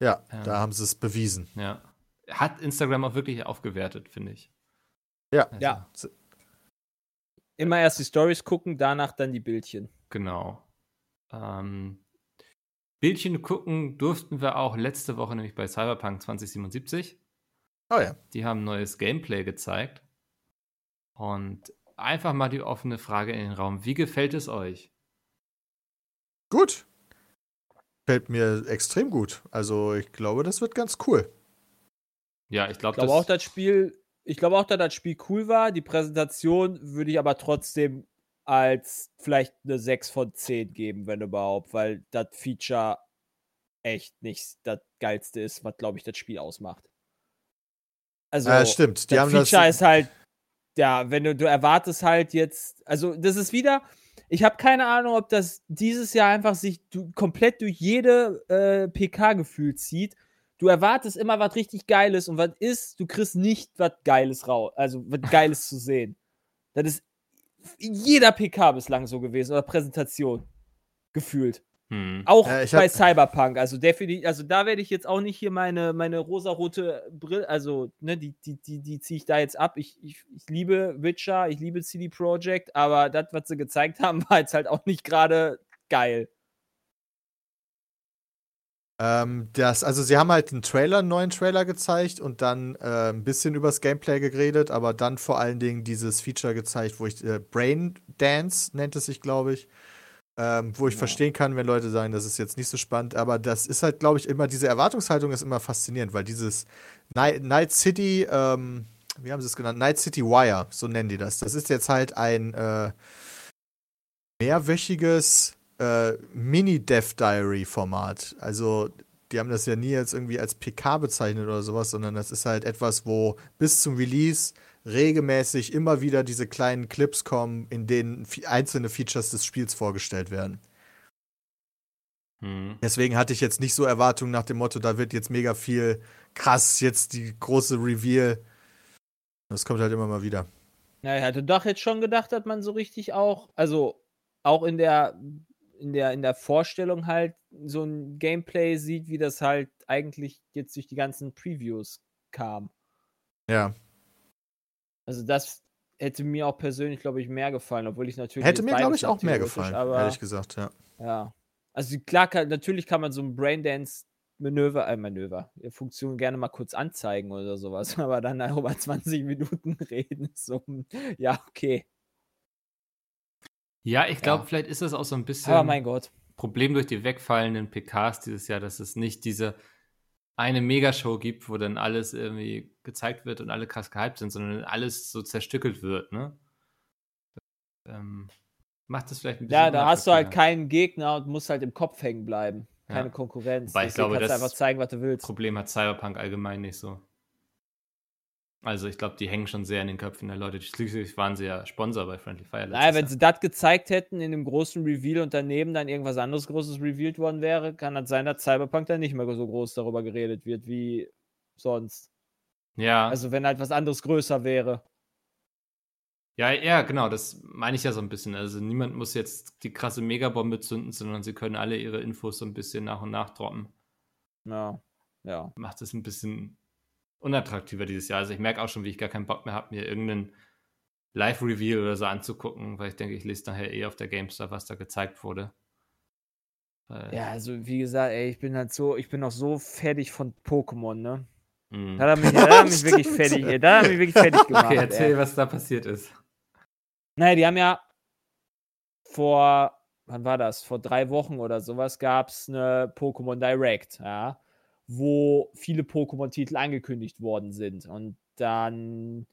Speaker 3: Ja,
Speaker 4: Ähm.
Speaker 2: Ja.
Speaker 3: da haben sie es bewiesen.
Speaker 2: ja. Hat Instagram auch wirklich aufgewertet, finde ich.
Speaker 3: Ja.
Speaker 2: Also,
Speaker 4: Ja. Immer erst die Stories gucken, danach dann die Bildchen.
Speaker 2: Genau. Ähm, Bildchen gucken durften wir auch letzte Woche, nämlich bei Cyberpunk 2077.
Speaker 3: Oh ja.
Speaker 2: Die haben neues Gameplay gezeigt. Und einfach mal die offene Frage in den Raum: Wie gefällt es euch?
Speaker 3: Gut. Fällt mir extrem gut. Also ich glaube, das wird ganz cool.
Speaker 2: Ja, ich
Speaker 4: Ich
Speaker 2: glaube,
Speaker 4: glaube auch, das Spiel, ich glaube auch, dass das Spiel cool war. Die Präsentation würde ich aber trotzdem als vielleicht eine 6 von 10 geben, wenn überhaupt, weil das Feature echt nicht das geilste ist, was glaube ich das Spiel ausmacht. Also
Speaker 3: ja, Äh, stimmt. Die
Speaker 4: das
Speaker 3: haben
Speaker 4: Feature
Speaker 3: das.
Speaker 4: ist halt, ja, wenn du, du erwartest halt jetzt, also das ist wieder, ich habe keine Ahnung, ob das dieses Jahr einfach sich du, komplett durch jede äh, PK gefühlt zieht. Du erwartest immer was richtig Geiles und was ist, du kriegst nicht was Geiles raus, also was Geiles zu sehen. Das ist in jeder PK bislang so gewesen oder Präsentation gefühlt.
Speaker 2: Hm.
Speaker 4: Auch
Speaker 3: Äh, ich hab-
Speaker 4: bei Cyberpunk, also definitiv, also da werde ich jetzt auch nicht hier meine, meine rosarote Brille, also ne, die, die, die, die ziehe ich da jetzt ab. Ich, ich, ich liebe Witcher, ich liebe CD Projekt, aber das, was sie gezeigt haben, war jetzt halt auch nicht gerade geil.
Speaker 3: Ähm, das, also sie haben halt einen Trailer, einen neuen Trailer gezeigt und dann äh, ein bisschen übers Gameplay geredet, aber dann vor allen Dingen dieses Feature gezeigt, wo ich äh, Brain Dance nennt es sich, glaube ich. Ähm, wo ich
Speaker 4: Ja.
Speaker 3: verstehen kann, wenn Leute sagen, das ist jetzt nicht so spannend, aber das ist halt, glaube ich, immer, diese Erwartungshaltung ist immer faszinierend, weil dieses Night, Night City, ähm, wie haben sie es genannt? Night City Wire, so nennen die das. Das ist jetzt halt ein äh, mehrwöchiges äh, Mini-Dev-Diary-Format. Also, die haben das ja nie als irgendwie als PK bezeichnet oder sowas, sondern das ist halt etwas, wo bis zum Release regelmäßig immer wieder diese kleinen Clips kommen, in denen fe- einzelne Features des Spiels vorgestellt werden.
Speaker 2: Hm.
Speaker 3: Deswegen hatte ich jetzt nicht so Erwartungen nach dem Motto, da wird jetzt mega viel krass, jetzt die große Reveal. Das kommt halt immer mal wieder.
Speaker 4: Na, ich hatte doch jetzt schon gedacht, dass man so richtig auch, also auch in der, in der, in der Vorstellung halt so ein Gameplay sieht, wie das halt eigentlich jetzt durch die ganzen Previews kam.
Speaker 3: Ja.
Speaker 4: Also das hätte mir auch persönlich, glaube ich, mehr gefallen, obwohl ich natürlich.
Speaker 3: Hätte
Speaker 4: jetzt
Speaker 3: mir, glaube
Speaker 4: beides
Speaker 3: ich, auch mehr
Speaker 4: theoretisch,
Speaker 3: gefallen,
Speaker 4: Aber
Speaker 3: ehrlich gesagt, ja.
Speaker 4: ja. Also klar, kann, natürlich kann man so ein Braindance-Manöver, äh, Manöver, äh, Funktion gerne mal kurz anzeigen oder sowas, aber dann darüber 20 Minuten reden ist so, ein- ja, okay.
Speaker 2: Ja, ich glaube,
Speaker 4: Ja.
Speaker 2: vielleicht ist das auch so ein bisschen
Speaker 4: Aber mein Gott.
Speaker 2: Problem durch die wegfallenden PKs dieses Jahr, dass es nicht diese eine Megashow gibt, wo dann alles irgendwie gezeigt wird und alle krass gehypt sind, sondern alles so zerstückelt wird, ne? Ähm, macht das vielleicht ein bisschen.
Speaker 4: Ja, da hast du halt
Speaker 2: unattraktiver.
Speaker 4: keinen Gegner und musst halt im Kopf hängen bleiben. Keine
Speaker 2: Ja.
Speaker 4: Konkurrenz.
Speaker 2: Wobei ich glaube,
Speaker 4: kannst
Speaker 2: das
Speaker 4: du einfach zeigen, was du willst.
Speaker 2: Problem hat Cyberpunk allgemein nicht so. Also ich glaube, die hängen schon sehr in den Köpfen der Leute. Schließlich waren sie ja Sponsor bei Friendly Fire.
Speaker 4: Naja,
Speaker 2: letztes
Speaker 4: wenn
Speaker 2: Jahr.
Speaker 4: sie das gezeigt hätten in dem großen Reveal und daneben dann irgendwas anderes Großes revealed worden wäre, kann das sein, dass Cyberpunk dann nicht mehr so groß darüber geredet wird wie sonst.
Speaker 2: ja.
Speaker 4: Also wenn halt was anderes größer wäre.
Speaker 2: Ja, ja, genau, das meine ich ja so ein bisschen. Also niemand muss jetzt die krasse Megabombe zünden, sondern sie können alle ihre Infos so ein bisschen nach und nach droppen.
Speaker 4: Ja. Ja.
Speaker 2: Macht es ein bisschen unattraktiver dieses Jahr. Also ich merke auch schon, wie ich gar keinen Bock mehr habe, mir irgendeinen Live-Reveal oder so anzugucken, weil ich denke, ich lese nachher eh auf der GameStar, was da gezeigt wurde. Weil-
Speaker 4: Ja, also wie gesagt, ey, ich bin halt so, ich bin auch so fertig von Pokémon, ne?
Speaker 2: Mm.
Speaker 4: Da hat er mich, da hat er mich wirklich
Speaker 3: Stimmt.
Speaker 4: fertig, ey, da hat er mich wirklich fertig gemacht.
Speaker 2: Okay,
Speaker 4: ey.
Speaker 2: erzähl, was da passiert ist.
Speaker 4: Naja, die haben ja vor, wann war das? Vor drei Wochen oder sowas gab es eine Pokémon Direct, ja, wo viele Pokémon-Titel angekündigt worden sind. Und dann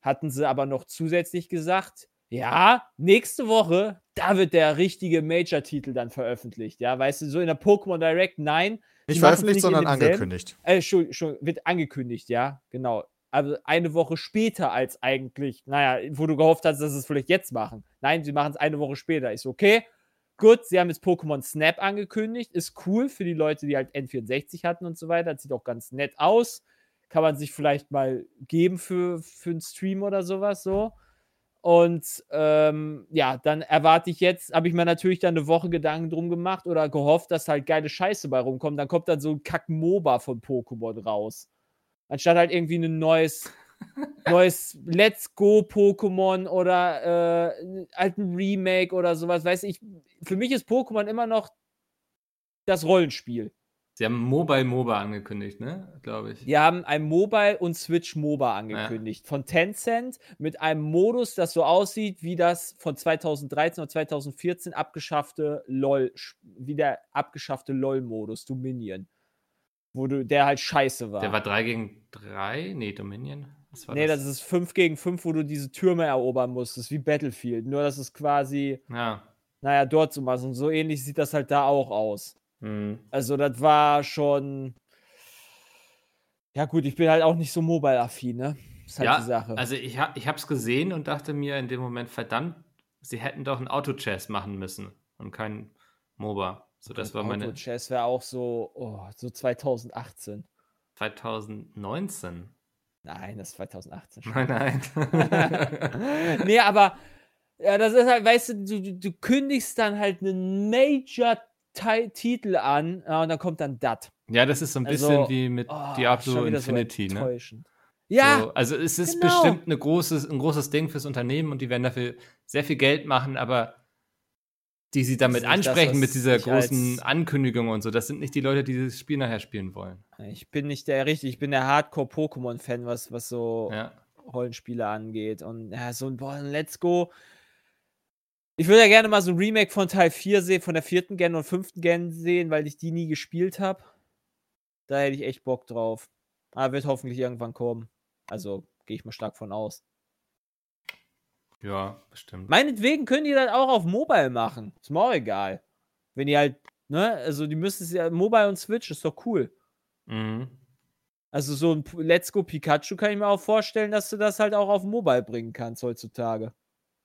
Speaker 4: hatten sie aber noch zusätzlich gesagt, ja, nächste Woche, da wird der richtige Major-Titel dann veröffentlicht. Ja, weißt du, so in der Pokémon Direct, nein,
Speaker 3: Nicht
Speaker 4: machen's
Speaker 3: veröffentlicht,
Speaker 4: nicht in
Speaker 3: sondern
Speaker 4: demselben-
Speaker 3: angekündigt.
Speaker 4: äh, schon, schon wird angekündigt, ja, genau. Also eine Woche später als eigentlich, naja, wo du gehofft hast, dass sie es vielleicht jetzt machen. Nein, sie machen es eine Woche später. Ist okay. Gut, sie haben jetzt Pokémon Snap angekündigt. Ist cool für die Leute, die halt N64 hatten und so weiter. Das sieht auch ganz nett aus. Kann man sich vielleicht mal geben für, für einen Stream oder sowas so. Und ähm, ja, dann erwarte ich jetzt, habe ich mir natürlich dann eine Woche Gedanken drum gemacht oder gehofft, dass halt geile Scheiße bei rumkommt. Dann kommt dann so ein Kack-MOBA von Pokémon raus. Anstatt halt irgendwie ein neues, neues Let's Go-Pokémon oder äh, halt ein Remake oder sowas. Weiß ich, für mich ist Pokémon immer noch das Rollenspiel.
Speaker 2: Sie haben Mobile MOBA angekündigt, ne? Glaube ich.
Speaker 4: Die haben ein Mobile und Switch MOBA angekündigt von Tencent mit einem Modus, das so aussieht wie das von 2013 oder 2014 abgeschaffte LOL, sch- wie der abgeschaffte LOL-Modus Dominion, wo du, der halt scheiße war.
Speaker 2: Der war 3 gegen 3? Nee, Dominion. Was war
Speaker 4: nee, das ist 5 gegen 5, wo du diese Türme erobern musstest, wie Battlefield. Nur, dass es quasi,
Speaker 2: Ja.
Speaker 4: naja, dort so machst. Und so ähnlich sieht das halt da auch aus.
Speaker 2: Mhm.
Speaker 4: Also, das war schon. Ja, gut, ich bin halt auch nicht so mobile-affin, ne? Ist halt
Speaker 2: ja,
Speaker 4: die Sache.
Speaker 2: Also ich, ha ich habe es gesehen und dachte mir in dem Moment, verdammt, sie hätten doch ein Auto-Chess machen müssen und kein MOBA. So, das war meine
Speaker 4: Chess wäre auch so, oh, so 2018.
Speaker 2: 2019.
Speaker 4: Nein, das ist 2018. schon.
Speaker 2: Nein, nein.
Speaker 4: nee, aber ja, das ist halt, weißt du, du, du- du kündigst dann halt einen Major-Titel an ja, und dann kommt dann dat.
Speaker 2: ja, das ist so ein
Speaker 4: Also,
Speaker 2: bisschen wie mit
Speaker 4: Oh,
Speaker 2: Diablo
Speaker 4: schon wieder
Speaker 2: Infinity,
Speaker 4: so
Speaker 2: ne?
Speaker 4: enttäuschend. Ja,
Speaker 2: So, also es ist
Speaker 4: genau.
Speaker 2: bestimmt eine großes, ein großes Ding fürs Unternehmen und die werden dafür sehr viel Geld machen, aber die sie damit
Speaker 4: Das ist nicht das,
Speaker 2: ansprechen
Speaker 4: was
Speaker 2: mit dieser
Speaker 4: ich als-
Speaker 2: großen Ankündigung und so, das sind nicht die Leute, die dieses Spiel nachher spielen wollen.
Speaker 4: ich bin nicht der richtig, ich bin der Hardcore-Pokémon-Fan, was, was so
Speaker 2: Ja.
Speaker 4: Rollenspiele angeht. Und ja, so ein, boah, ein Let's Go. Ich würde ja gerne mal so ein Remake von Teil 4 sehen, von der vierten Gen und fünften Gen sehen, weil ich die nie gespielt habe. Da hätte ich echt Bock drauf. Aber wird hoffentlich irgendwann kommen. Also gehe ich mal stark von aus.
Speaker 2: Ja, bestimmt.
Speaker 4: Meinetwegen können die das auch auf Mobile machen. Ist mir auch egal. Wenn die halt, ne, also die müssen es ja, Mobile und Switch ist doch cool.
Speaker 2: Mhm.
Speaker 4: Also so ein P- Let's Go Pikachu kann ich mir auch vorstellen, dass du das halt auch auf Mobile bringen kannst heutzutage.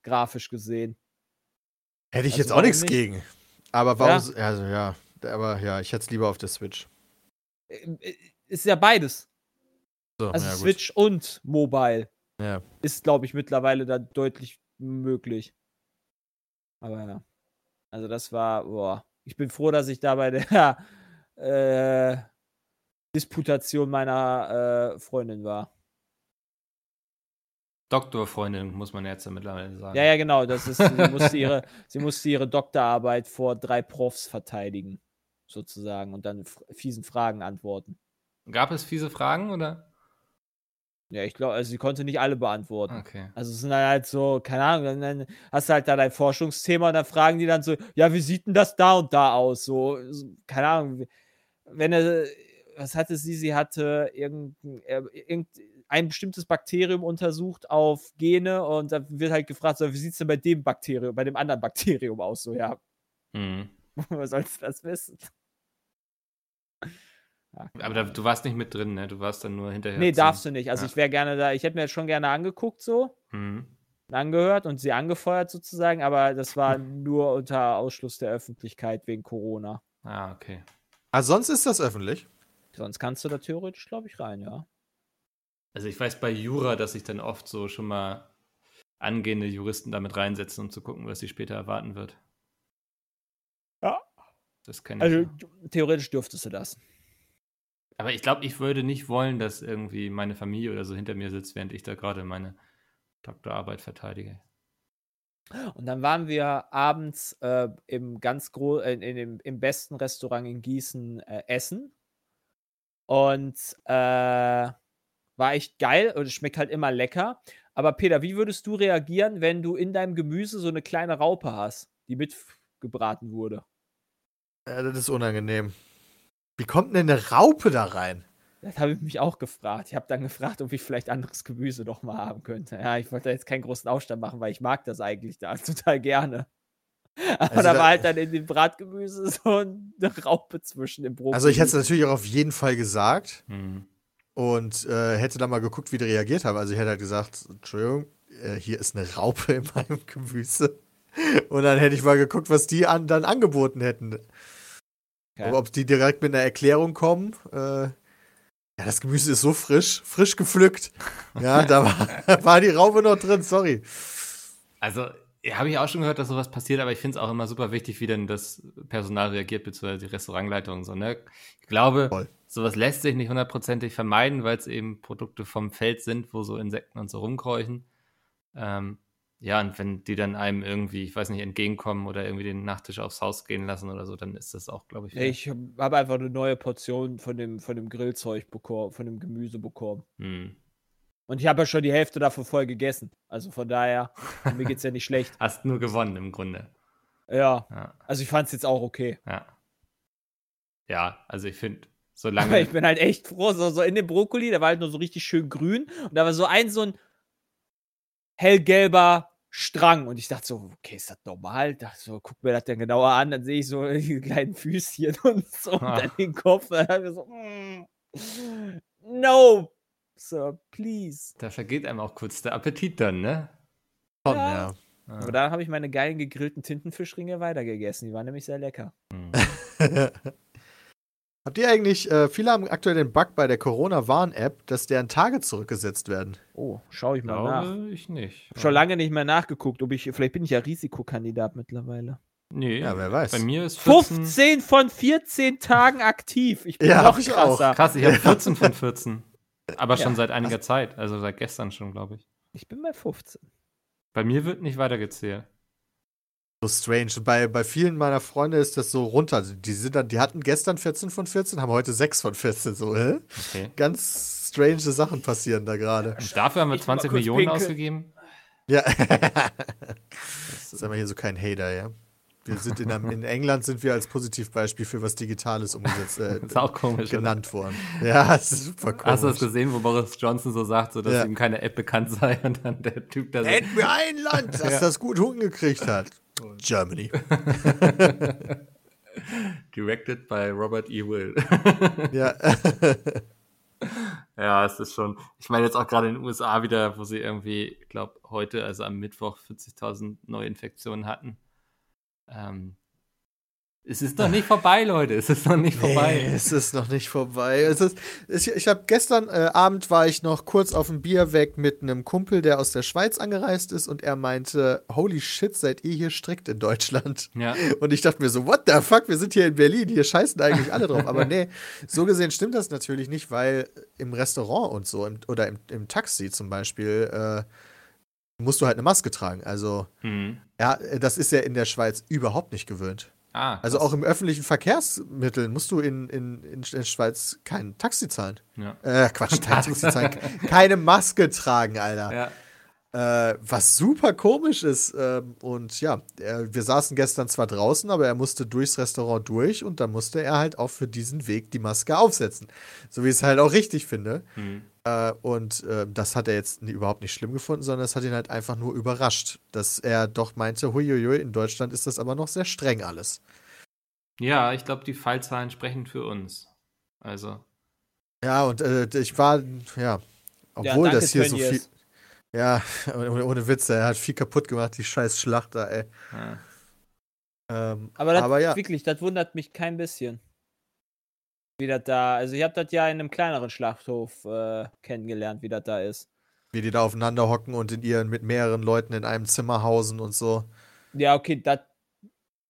Speaker 4: Grafisch gesehen.
Speaker 3: Hätte ich
Speaker 4: Also
Speaker 3: jetzt auch
Speaker 4: warum
Speaker 3: nichts
Speaker 4: nicht?
Speaker 3: gegen. Aber warum?
Speaker 4: Ja.
Speaker 3: s- Also ja, aber ja, ich hätte es lieber auf der Switch.
Speaker 4: Ähm, äh, Ist ja beides.
Speaker 3: So,
Speaker 4: Also
Speaker 3: ja, gut.
Speaker 4: Switch und Mobile.
Speaker 3: Ja.
Speaker 4: Ist, glaube ich, mittlerweile da deutlich möglich. Aber ja. Also das war, boah. Ich bin froh, dass ich da bei der äh, Disputation meiner äh, Freundin war.
Speaker 2: Doktorfreundin, muss man jetzt ja mittlerweile
Speaker 3: Ah.
Speaker 2: sagen.
Speaker 4: Ja, ja, genau. Das ist, sie, musste ihre, sie musste ihre Doktorarbeit vor drei Profs verteidigen, sozusagen, und dann f- fiesen Fragen antworten.
Speaker 2: Gab es fiese Fragen oder?
Speaker 4: Ja, ich glaube, also sie konnte nicht alle beantworten.
Speaker 2: Okay.
Speaker 4: Also es sind dann halt so, keine Ahnung, dann, dann hast du halt da dein Forschungsthema und dann fragen die dann so, ja, wie sieht denn das da und da aus? So, so, keine Ahnung, wenn er, was hatte sie? Sie hatte irgendein, äh, irgend- ein bestimmtes Bakterium untersucht auf Gene und dann wird halt gefragt, so, wie sieht es denn bei dem Bakterium, bei dem anderen Bakterium aus? So, ja,
Speaker 2: Mhm.
Speaker 4: was sollst du das wissen?
Speaker 2: Aber da, du warst nicht mit drin, ne? Du warst dann nur hinterher.
Speaker 4: nee, darfst du nicht. Also
Speaker 2: Ja.
Speaker 4: ich wäre gerne da, ich hätte mir das schon gerne angeguckt so.
Speaker 2: Mhm.
Speaker 4: und angehört und sie angefeuert sozusagen, aber das war nur unter Ausschluss der Öffentlichkeit wegen Corona.
Speaker 2: Ah, okay.
Speaker 3: Ah, sonst ist das öffentlich.
Speaker 4: Sonst kannst du da theoretisch, glaube ich, rein, ja.
Speaker 2: Also ich weiß bei Jura, dass sich dann oft so schon mal angehende Juristen damit reinsetzen, um zu gucken, was sie später erwarten wird.
Speaker 4: Ja.
Speaker 2: Das kenne ich. ja.
Speaker 4: Also du- theoretisch dürftest du das.
Speaker 2: Aber ich glaube, ich würde nicht wollen, dass irgendwie meine Familie oder so hinter mir sitzt, während ich da gerade meine Doktorarbeit verteidige.
Speaker 4: Und dann waren wir abends äh, im ganz gro äh, in, in, dem- im besten Restaurant in Gießen äh, essen. Und äh, war echt geil und es schmeckt halt immer lecker. Aber Peter, wie würdest du reagieren, wenn du in deinem Gemüse so eine kleine Raupe hast, die mitgebraten wurde?
Speaker 3: Äh, das ist unangenehm. Wie kommt denn eine Raupe da rein?
Speaker 4: Das habe ich mich auch gefragt. Ich habe dann gefragt, ob ich vielleicht anderes Gemüse noch mal haben könnte. Ja, ich wollte da jetzt keinen großen Aufstand machen, weil ich mag das eigentlich da total gerne. Aber
Speaker 3: Also
Speaker 4: da
Speaker 3: da-
Speaker 4: war halt dann in dem Bratgemüse so eine Raupe zwischen dem Brot.
Speaker 3: Also ich hätte es natürlich auch auf jeden Fall gesagt
Speaker 2: Hm.
Speaker 3: und äh, hätte dann mal geguckt, wie die reagiert haben. Also ich hätte halt gesagt, Entschuldigung, äh, hier ist eine Raupe in meinem Gemüse. Und dann hätte ich mal geguckt, was die an, dann angeboten hätten.
Speaker 4: Okay.
Speaker 3: Ob die direkt mit einer Erklärung kommen. Äh, ja, das Gemüse ist so frisch, frisch gepflückt. Ja, da war, war die Raupe noch drin, sorry.
Speaker 2: Also, ja, habe ich auch schon gehört, dass sowas passiert, aber ich finde es auch immer super wichtig, wie denn das Personal reagiert, beziehungsweise die Restaurantleitung und so, ne? Ich glaube,
Speaker 3: Voll.
Speaker 2: sowas lässt sich nicht hundertprozentig vermeiden, weil es eben Produkte vom Feld sind, wo so Insekten und so rumkräuchen. Ähm, ja, und wenn die dann einem irgendwie, ich weiß nicht, entgegenkommen oder irgendwie den Nachtisch aufs Haus gehen lassen oder so, dann ist das auch, glaube ich.
Speaker 4: Ich habe einfach eine neue Portion von dem, von dem Grillzeug bekommen, von dem Gemüse bekommen.
Speaker 2: Hm.
Speaker 4: Und ich habe ja schon die Hälfte davon voll gegessen. Also von daher, mir geht's ja nicht schlecht.
Speaker 2: Hast nur gewonnen im Grunde.
Speaker 4: Ja,
Speaker 2: Ja,
Speaker 4: also ich fand es jetzt auch okay.
Speaker 2: ja. ja also ich finde,
Speaker 4: Aber
Speaker 2: solange.
Speaker 4: ich bin halt echt froh, so, so in dem Brokkoli, der war halt nur so richtig schön grün und da war so ein so ein hellgelber Strang und ich dachte so, okay, ist das normal? Ich dachte so, guck mir das dann genauer an, dann sehe ich so die kleinen Füßchen und so und dann
Speaker 2: Ah.
Speaker 4: den Kopf, dann hab ich so, mm, no, sir, please.
Speaker 2: Da vergeht einem auch kurz der Appetit dann, ne?
Speaker 3: Schon,
Speaker 4: Ja.
Speaker 3: ja.
Speaker 2: Ja.
Speaker 4: Aber dann habe ich meine geilen gegrillten Tintenfischringe weitergegessen, die waren nämlich sehr lecker.
Speaker 2: Hm.
Speaker 3: Habt ihr eigentlich, äh, viele haben aktuell den Bug bei der Corona-Warn-App, dass deren Tage zurückgesetzt werden.
Speaker 4: Oh, schaue ich mal nach.
Speaker 2: Glaube ich nicht.
Speaker 4: Hab Schon lange nicht mehr nachgeguckt, ob ich, vielleicht bin ich ja Risikokandidat mittlerweile.
Speaker 2: Nee,
Speaker 3: Ja, wer weiß.
Speaker 2: bei mir ist 14.
Speaker 4: 15 von 14 Tagen aktiv. Ich bin
Speaker 3: Ja,
Speaker 4: noch
Speaker 3: ich
Speaker 4: krasser.
Speaker 2: Krass, ich habe 14 von 14. Aber schon
Speaker 4: Ja.
Speaker 2: seit einiger Zeit, also seit gestern schon, glaube ich.
Speaker 4: Ich bin bei 15.
Speaker 2: Bei mir wird nicht weitergezählt.
Speaker 3: So strange. Und Bei, bei vielen meiner Freunde ist das so runter. Also, Die, sind dann, die hatten gestern 14 von 14, haben heute 6 von 14. So, hä?
Speaker 2: Okay.
Speaker 3: Ganz strange Sachen passieren da gerade.
Speaker 2: Und dafür haben wir
Speaker 4: Ich will mal
Speaker 2: 20
Speaker 4: kurz
Speaker 2: Millionen
Speaker 4: pinkeln.
Speaker 2: ausgegeben.
Speaker 3: Ja. Sag mal hier so kein Hater, ja. Wir sind in, einem, in England sind wir als Positivbeispiel für was Digitales umgesetzt, äh,
Speaker 2: Das ist auch komisch. Genau.
Speaker 3: genannt worden. Ja, das ist super komisch.
Speaker 2: Hast du das gesehen, wo Boris Johnson so sagt, so, dass
Speaker 3: Ja.
Speaker 2: ihm keine App bekannt sei und dann der Typ da so.
Speaker 3: Nennt mir ein Land, das
Speaker 2: Ja.
Speaker 3: das gut hingekriegt hat. Germany.
Speaker 2: Directed by Robert E. Will.
Speaker 3: Ja.
Speaker 2: Ja, es ist schon. Ich meine jetzt auch gerade in den USA wieder, wo sie irgendwie, ich glaube, heute, also am Mittwoch, 40.000 Neuinfektionen hatten. Ähm, es ist noch nicht vorbei, Leute. Es ist noch nicht vorbei.
Speaker 3: Nee, es ist noch nicht vorbei. Es ist, es- ich habe gestern äh, Abend war ich noch kurz auf dem Bier weg mit einem Kumpel, der aus der Schweiz angereist ist und er meinte, holy shit, seid ihr hier strikt in Deutschland.
Speaker 2: Ja.
Speaker 3: Und ich dachte mir so, what the fuck, wir sind hier in Berlin, hier scheißen eigentlich alle drauf. Aber nee, so gesehen stimmt das natürlich nicht, weil im Restaurant und so im, oder im, im Taxi zum Beispiel äh, musst du halt eine Maske tragen. Also
Speaker 2: Hm.
Speaker 3: ja, äh, das ist ja in der Schweiz überhaupt nicht gewöhnt.
Speaker 2: Ah,
Speaker 3: Also auch im öffentlichen Verkehrsmitteln musst du in, in, in der Schweiz kein Taxi zahlen.
Speaker 2: Ja.
Speaker 3: Äh, Quatsch, kein Taxi zahlen. Keine Maske tragen, Alter.
Speaker 2: Ja.
Speaker 3: Äh, was super komisch ist. Ähm, und ja, er, wir saßen gestern zwar draußen, aber er musste durchs Restaurant durch und dann musste er halt auch für diesen Weg die Maske aufsetzen. So wie ich es halt auch richtig finde.
Speaker 4: Mhm.
Speaker 2: Hm.
Speaker 3: Äh, und äh, das hat er jetzt nie, überhaupt nicht schlimm gefunden, sondern es hat ihn halt einfach nur überrascht, dass er doch meinte, huiuiui, in Deutschland ist das aber noch sehr streng alles.
Speaker 2: ja, ich glaube, die Fallzahlen sprechen für uns. Also,
Speaker 3: Ja, und äh, ich war, ja, obwohl
Speaker 4: danke,
Speaker 3: das hier so viel.
Speaker 4: Tönnies.
Speaker 3: Ja, ohne, ohne Witz, er hat viel kaputt gemacht, die scheiß Schlacht da, ey.
Speaker 2: ja.
Speaker 3: Ähm,
Speaker 4: Aber, das,
Speaker 3: aber ja,
Speaker 4: wirklich, das wundert mich kein bisschen. Wie das da, also ich habe das ja in einem kleineren Schlachthof äh, kennengelernt, wie das da ist.
Speaker 3: wie die da aufeinander hocken und in ihren mit mehreren Leuten in einem Zimmer hausen und so.
Speaker 4: Ja, okay, das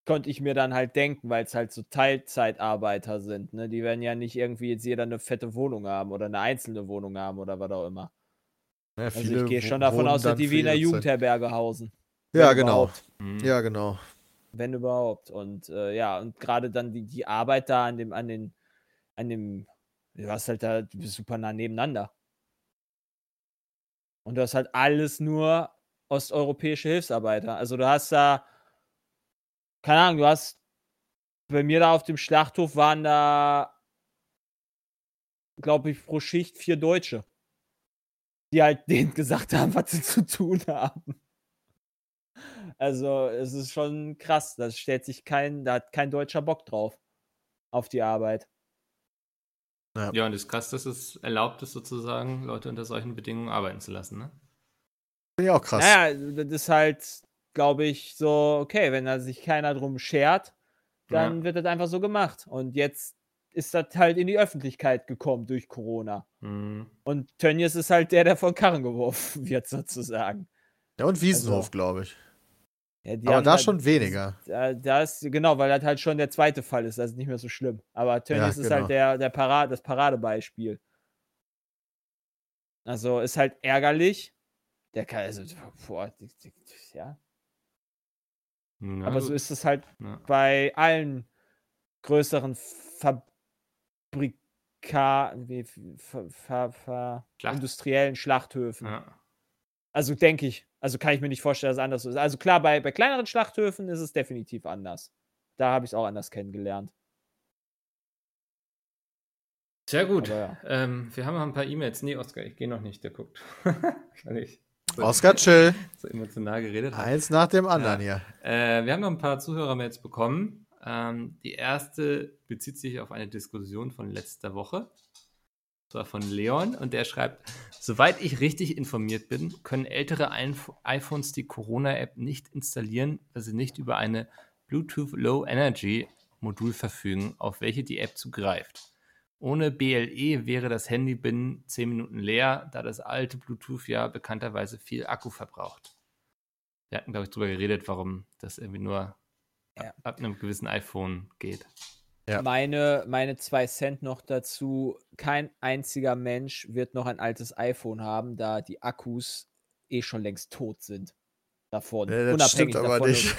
Speaker 4: konnte ich mir dann halt denken, weil es halt so Teilzeitarbeiter sind. Ne? Die werden ja nicht irgendwie jetzt jeder eine fette Wohnung haben oder eine einzelne Wohnung haben oder was auch immer.
Speaker 3: Ja,
Speaker 4: Also
Speaker 3: viele
Speaker 4: ich gehe schon
Speaker 3: wo-
Speaker 4: davon
Speaker 3: wohnen
Speaker 4: aus, dass
Speaker 3: dann
Speaker 4: die
Speaker 3: für
Speaker 4: wie in der
Speaker 3: ihre Zeit.
Speaker 4: Jugendherberge hausen.
Speaker 3: Ja,
Speaker 4: wenn
Speaker 3: genau.
Speaker 4: überhaupt.
Speaker 2: Hm.
Speaker 3: Ja, genau.
Speaker 4: Wenn überhaupt. Und äh, ja, und gerade dann die, die Arbeit da an dem, an den, an dem, du hast halt da, du bist super nah nebeneinander. Und du hast halt alles nur osteuropäische Hilfsarbeiter. Also du hast da, keine Ahnung, du hast, bei mir da auf dem Schlachthof waren da, glaube ich, pro Schicht vier Deutsche, die halt denen gesagt haben, was sie zu tun haben. Also, es ist schon krass. Da stellt sich kein, da hat kein Deutscher Bock drauf. Auf die Arbeit.
Speaker 2: ja, und es ist krass, dass es erlaubt ist, sozusagen, Leute unter solchen Bedingungen arbeiten zu lassen. Ne?
Speaker 3: Bin ja auch krass.
Speaker 4: Naja, das ist halt, glaube ich, so, okay, wenn da sich keiner drum schert, dann wird das einfach so gemacht. Und jetzt ist das halt in die Öffentlichkeit gekommen durch Corona.
Speaker 2: Hm.
Speaker 4: Und Tönnies ist halt der, der von Karren geworfen wird, sozusagen.
Speaker 3: Ja, und Wiesenhof,
Speaker 4: Also,
Speaker 3: glaube ich.
Speaker 4: Ja, die
Speaker 3: Aber
Speaker 4: haben
Speaker 3: da
Speaker 4: halt-
Speaker 3: schon weniger.
Speaker 4: Da- Das, genau, weil das halt schon der zweite Fall ist, das ist nicht mehr so schlimm. Aber Tönnies ist
Speaker 3: genau.
Speaker 4: halt der, der Parade, das Paradebeispiel. Also ist halt ärgerlich. Der kann, also, boah, die- die- die- ja.
Speaker 2: Na
Speaker 4: Aber
Speaker 2: gut. ne?
Speaker 4: so ist es halt
Speaker 2: Ja.
Speaker 4: bei allen größeren Fabrika, wie, fa, fa, fa,
Speaker 2: Schlacht-
Speaker 4: industriellen Schlachthöfen.
Speaker 2: Ja.
Speaker 4: Also denke ich. Also kann ich mir nicht vorstellen, dass es anders so ist. Also klar, bei, bei kleineren Schlachthöfen ist es definitiv anders. Da habe ich es auch anders kennengelernt.
Speaker 2: Sehr gut.
Speaker 4: Aber ja.
Speaker 2: Ähm, wir haben noch ein paar E-Mails. Nee, Oskar, ich gehe noch nicht, der guckt. Weil ich so,
Speaker 3: Oscar chill.
Speaker 2: so emotional geredet habe.
Speaker 3: Eins nach dem anderen hier.
Speaker 2: Äh, wir haben noch ein paar Zuhörermails bekommen. Ähm, die erste bezieht sich auf eine Diskussion von letzter Woche. Und zwar von Leon und der schreibt: Soweit ich richtig informiert bin, können ältere Einf- iPhones die Corona-App nicht installieren, da sie nicht über eine Bluetooth Low Energy Modul verfügen, auf welche die App zugreift. Ohne BLE wäre das Handy binnen 10 Minuten leer, da das alte Bluetooth ja bekannterweise viel Akku verbraucht. Wir hatten, glaube ich, drüber geredet, warum das irgendwie nur
Speaker 4: Ja.
Speaker 2: ab, ab einem gewissen iPhone geht.
Speaker 3: Ja.
Speaker 4: Meine, meine zwei Cent noch dazu. Kein einziger Mensch wird noch ein altes iPhone haben, da die Akkus eh schon längst tot sind. Davon. also.
Speaker 3: Nee, das stimmt aber nicht.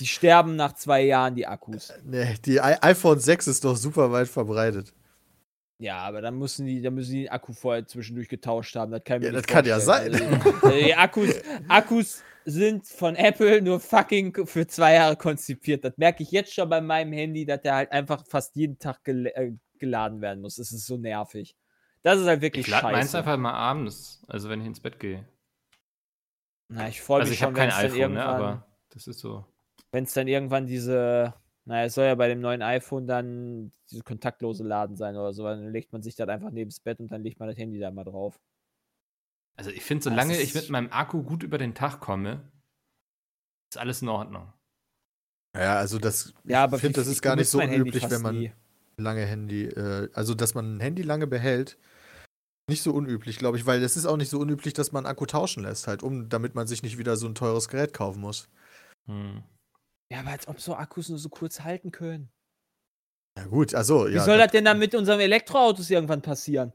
Speaker 4: Die sterben nach zwei Jahren, die Akkus.
Speaker 3: Nee, die I iPhone 6 ist doch super weit verbreitet.
Speaker 4: Ja, aber dann müssen die, dann müssen die den Akku vorher zwischendurch getauscht haben. Das kann, ich mir
Speaker 3: Ja,
Speaker 4: nicht
Speaker 3: das kann ja
Speaker 4: vorstellen. Also, die- die Akkus, Akkus sind von Apple nur fucking für zwei Jahre konzipiert. Das merke ich jetzt schon bei meinem Handy, dass der halt einfach fast jeden Tag gel äh, geladen werden muss. Es ist so nervig. Das ist halt wirklich
Speaker 2: Ich lade meins
Speaker 4: scheiße.
Speaker 2: einfach mal abends, also wenn ich ins Bett gehe.
Speaker 4: Na, ich freue
Speaker 2: also ich
Speaker 4: mich schon,
Speaker 2: habe kein
Speaker 4: wenn es dann
Speaker 2: iPhone, ne,
Speaker 4: irgendwann,
Speaker 2: aber das ist so.
Speaker 4: wenn es dann irgendwann diese Naja, es soll ja bei dem neuen iPhone dann diese kontaktlose Laden sein oder so. Dann legt man sich das einfach neben das Bett und dann legt man das Handy da mal drauf.
Speaker 2: Also ich finde,
Speaker 4: Das
Speaker 2: solange
Speaker 4: ist-
Speaker 2: ich mit meinem Akku gut über den Tag komme, ist alles in Ordnung.
Speaker 3: Ja, also das,
Speaker 4: Ja, aber
Speaker 3: ich finde,
Speaker 4: ich-
Speaker 3: das
Speaker 4: ich
Speaker 3: ist gar nicht
Speaker 4: benutze
Speaker 3: so
Speaker 4: mein Handy
Speaker 3: unüblich,
Speaker 4: fast
Speaker 3: wenn man
Speaker 4: nie.
Speaker 3: lange Handy, äh, also dass man ein Handy lange behält, nicht so unüblich, glaube ich, weil es ist auch nicht so unüblich, dass man Akku tauschen lässt, halt, um, damit man sich nicht wieder so ein teures Gerät kaufen muss.
Speaker 2: Hm.
Speaker 4: Ja, aber als ob so Akkus nur so kurz halten können.
Speaker 3: Ja gut, also
Speaker 4: Wie
Speaker 3: ja,
Speaker 4: soll das denn dann mit unseren Elektroautos irgendwann passieren?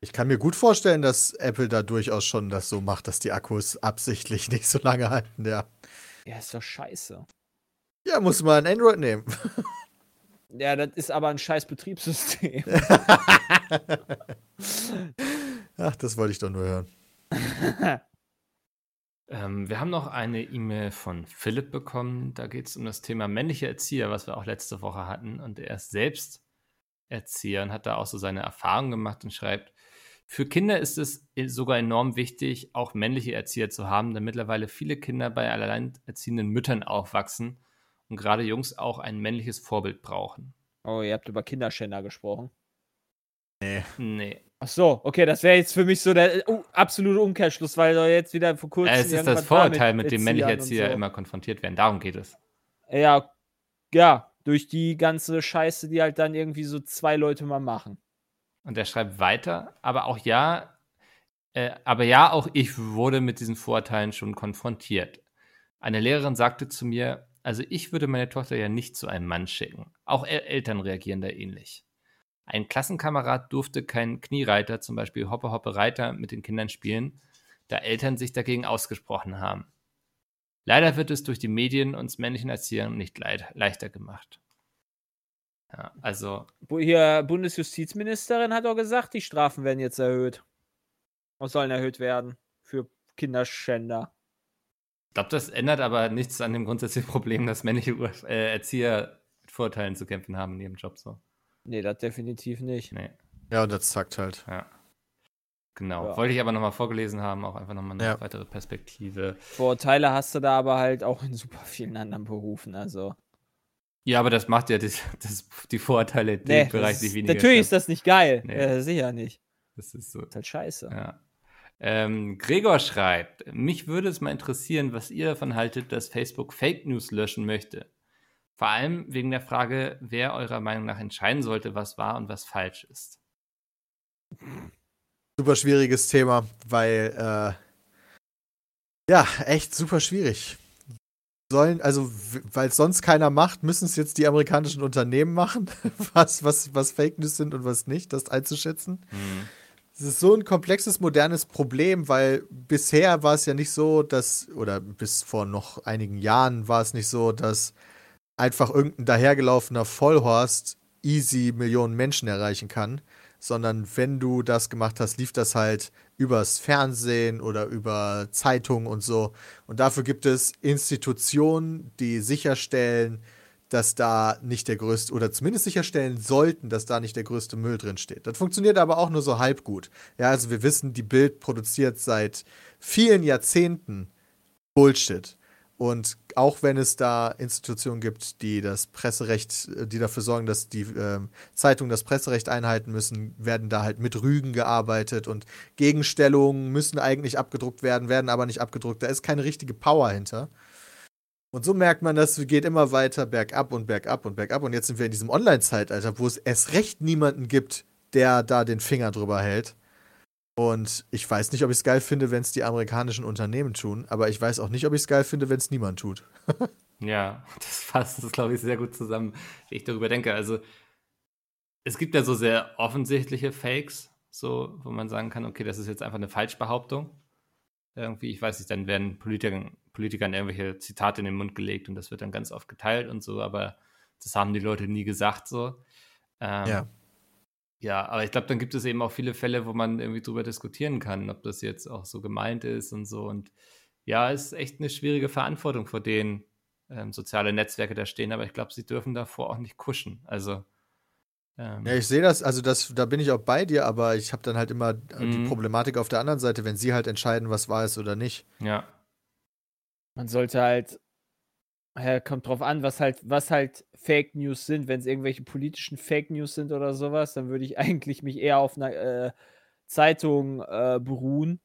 Speaker 3: ich kann mir gut vorstellen, dass Apple da durchaus schon das so macht, dass die Akkus absichtlich nicht so lange halten. Ja,
Speaker 4: Ja, ist doch scheiße.
Speaker 3: ja muss man ein Android nehmen.
Speaker 4: Ja, das ist aber ein scheiß Betriebssystem.
Speaker 3: Ach, das wollte ich doch nur hören.
Speaker 2: Ähm, wir haben noch eine E-Mail von Philipp bekommen. Da geht es um das Thema männliche Erzieher, was wir auch letzte Woche hatten. Und er ist selbst Erzieher und hat da auch so seine Erfahrungen gemacht und schreibt, für Kinder ist es e-, sogar enorm wichtig, auch männliche Erzieher zu haben, da mittlerweile viele Kinder bei alleinerziehenden Müttern aufwachsen und gerade Jungs auch ein männliches Vorbild brauchen.
Speaker 4: Oh, ihr habt über Kinderschänder gesprochen.
Speaker 2: Nee.
Speaker 4: Ach so, okay, das wäre jetzt für mich so der äh, uh, absolute Umkehrschluss, weil doch jetzt wieder vor kurzem.
Speaker 2: Äh, es ist das
Speaker 4: irgendwas war
Speaker 2: Vorurteil, mit dem männliche
Speaker 4: Erziehern und
Speaker 2: Erzieher
Speaker 4: so.
Speaker 2: immer konfrontiert werden. Darum geht es.
Speaker 4: Ja, ja, durch die ganze Scheiße, die halt dann irgendwie so zwei Leute mal machen.
Speaker 2: Und er schreibt weiter, aber auch ja, äh, aber ja, auch ich wurde mit diesen Vorurteilen schon konfrontiert. Eine Lehrerin sagte zu mir, also ich würde meine Tochter ja nicht zu einem Mann schicken. Auch El Eltern reagieren da ähnlich. Ein Klassenkamerad durfte keinen Kniereiter, zum Beispiel Hoppe Hoppe Reiter, mit den Kindern spielen, da Eltern sich dagegen ausgesprochen haben. Leider wird es durch die Medien uns männlichen Erziehern nicht leid- leichter gemacht. Ja, also
Speaker 4: Bu- Hier, Bundesjustizministerin hat auch gesagt, die Strafen werden jetzt erhöht. Und sollen erhöht werden für Kinderschänder.
Speaker 2: Ich glaube, das ändert aber nichts an dem grundsätzlichen Problem, dass männliche Ur- äh, Erzieher mit Vorurteilen zu kämpfen haben in ihrem Job. So.
Speaker 4: Nee, das definitiv nicht.
Speaker 2: Nee,
Speaker 3: Ja, und das zackt halt.
Speaker 2: genau.
Speaker 4: Ja.
Speaker 2: Wollte ich aber nochmal vorgelesen haben, auch einfach nochmal eine
Speaker 3: Ja.
Speaker 2: weitere Perspektive.
Speaker 4: Vorurteile hast du da aber halt auch in super vielen anderen Berufen, also.
Speaker 2: Ja, aber das macht ja die, das, die Vorurteile in
Speaker 4: Nee,
Speaker 2: dem Bereich
Speaker 4: das
Speaker 2: nicht
Speaker 4: ist,
Speaker 2: weniger.
Speaker 4: natürlich ist
Speaker 2: schlimm.
Speaker 4: das nicht geil.
Speaker 2: Nee.
Speaker 4: Ja, sicher nicht.
Speaker 2: das ist so.
Speaker 4: Ist halt scheiße.
Speaker 2: Ja. Ähm, Gregor schreibt, mich würde es mal interessieren, was ihr davon haltet, dass Facebook Fake News löschen möchte. Vor allem wegen der Frage, wer eurer Meinung nach entscheiden sollte, was wahr und was falsch ist.
Speaker 3: super schwieriges Thema, weil äh, ja, echt super schwierig. Sollen, also, w- weil es sonst keiner macht, müssen es jetzt die amerikanischen Unternehmen machen, was, was, was Fake News sind und was nicht, das einzuschätzen.
Speaker 2: Hm.
Speaker 3: Es ist so ein komplexes, modernes Problem, weil bisher war es ja nicht so, dass, oder bis vor noch einigen Jahren war es nicht so, dass einfach irgendein dahergelaufener Vollhorst easy Millionen Menschen erreichen kann, sondern wenn du das gemacht hast, lief das halt übers Fernsehen oder über Zeitungen und so. Und dafür gibt es Institutionen, die sicherstellen, dass da nicht der größte, oder zumindest sicherstellen sollten, dass da nicht der größte Müll drin steht. Das funktioniert aber auch nur so halb gut. Ja, also wir wissen, die Bild produziert seit vielen Jahrzehnten Bullshit. Und auch wenn es da Institutionen gibt, die das Presserecht, äh, die dafür sorgen, dass die ähm, Zeitungen das Presserecht einhalten müssen, werden da halt mit Rügen gearbeitet und Gegenstellungen müssen eigentlich abgedruckt werden, werden aber nicht abgedruckt. Da ist keine richtige Power hinter. Und so merkt man, das geht immer weiter bergab und bergab und bergab. Und jetzt sind wir in diesem Online-Zeitalter, wo es erst recht niemanden gibt, der da den Finger drüber hält. Und ich weiß nicht, ob ich es geil finde, wenn es die amerikanischen Unternehmen tun, aber ich weiß auch nicht, ob ich es geil finde, wenn es niemand tut.
Speaker 2: Ja, das fasst es, glaube ich, sehr gut zusammen, wie ich darüber denke. Also, es gibt ja so sehr offensichtliche Fakes, so, wo man sagen kann, okay, das ist jetzt einfach eine Falschbehauptung. Irgendwie, ich weiß nicht, dann werden Politikern, Politikern irgendwelche Zitate in den Mund gelegt und das wird dann ganz oft geteilt und so, aber das haben die Leute nie gesagt, so. Ähm,
Speaker 3: Ja.
Speaker 2: Ja, aber ich glaube, dann gibt es eben auch viele Fälle, wo man irgendwie drüber diskutieren kann, ob das jetzt auch so gemeint ist und so. Und ja, es ist echt eine schwierige Verantwortung, vor denen ähm, soziale Netzwerke da stehen, aber ich glaube, sie dürfen davor auch nicht kuschen. Also, ähm,
Speaker 3: Ja, ich sehe das, also das, da bin ich auch bei dir, aber ich habe dann halt immer äh, die
Speaker 2: Mhm.
Speaker 3: Problematik auf der anderen Seite, wenn sie halt entscheiden, was wahr ist oder nicht.
Speaker 2: ja.
Speaker 4: Man sollte halt, Ja, kommt drauf an, was halt, was halt Fake News sind. Wenn es irgendwelche politischen Fake News sind oder sowas, dann würde ich eigentlich mich eher auf einer äh, Zeitung äh, beruhen,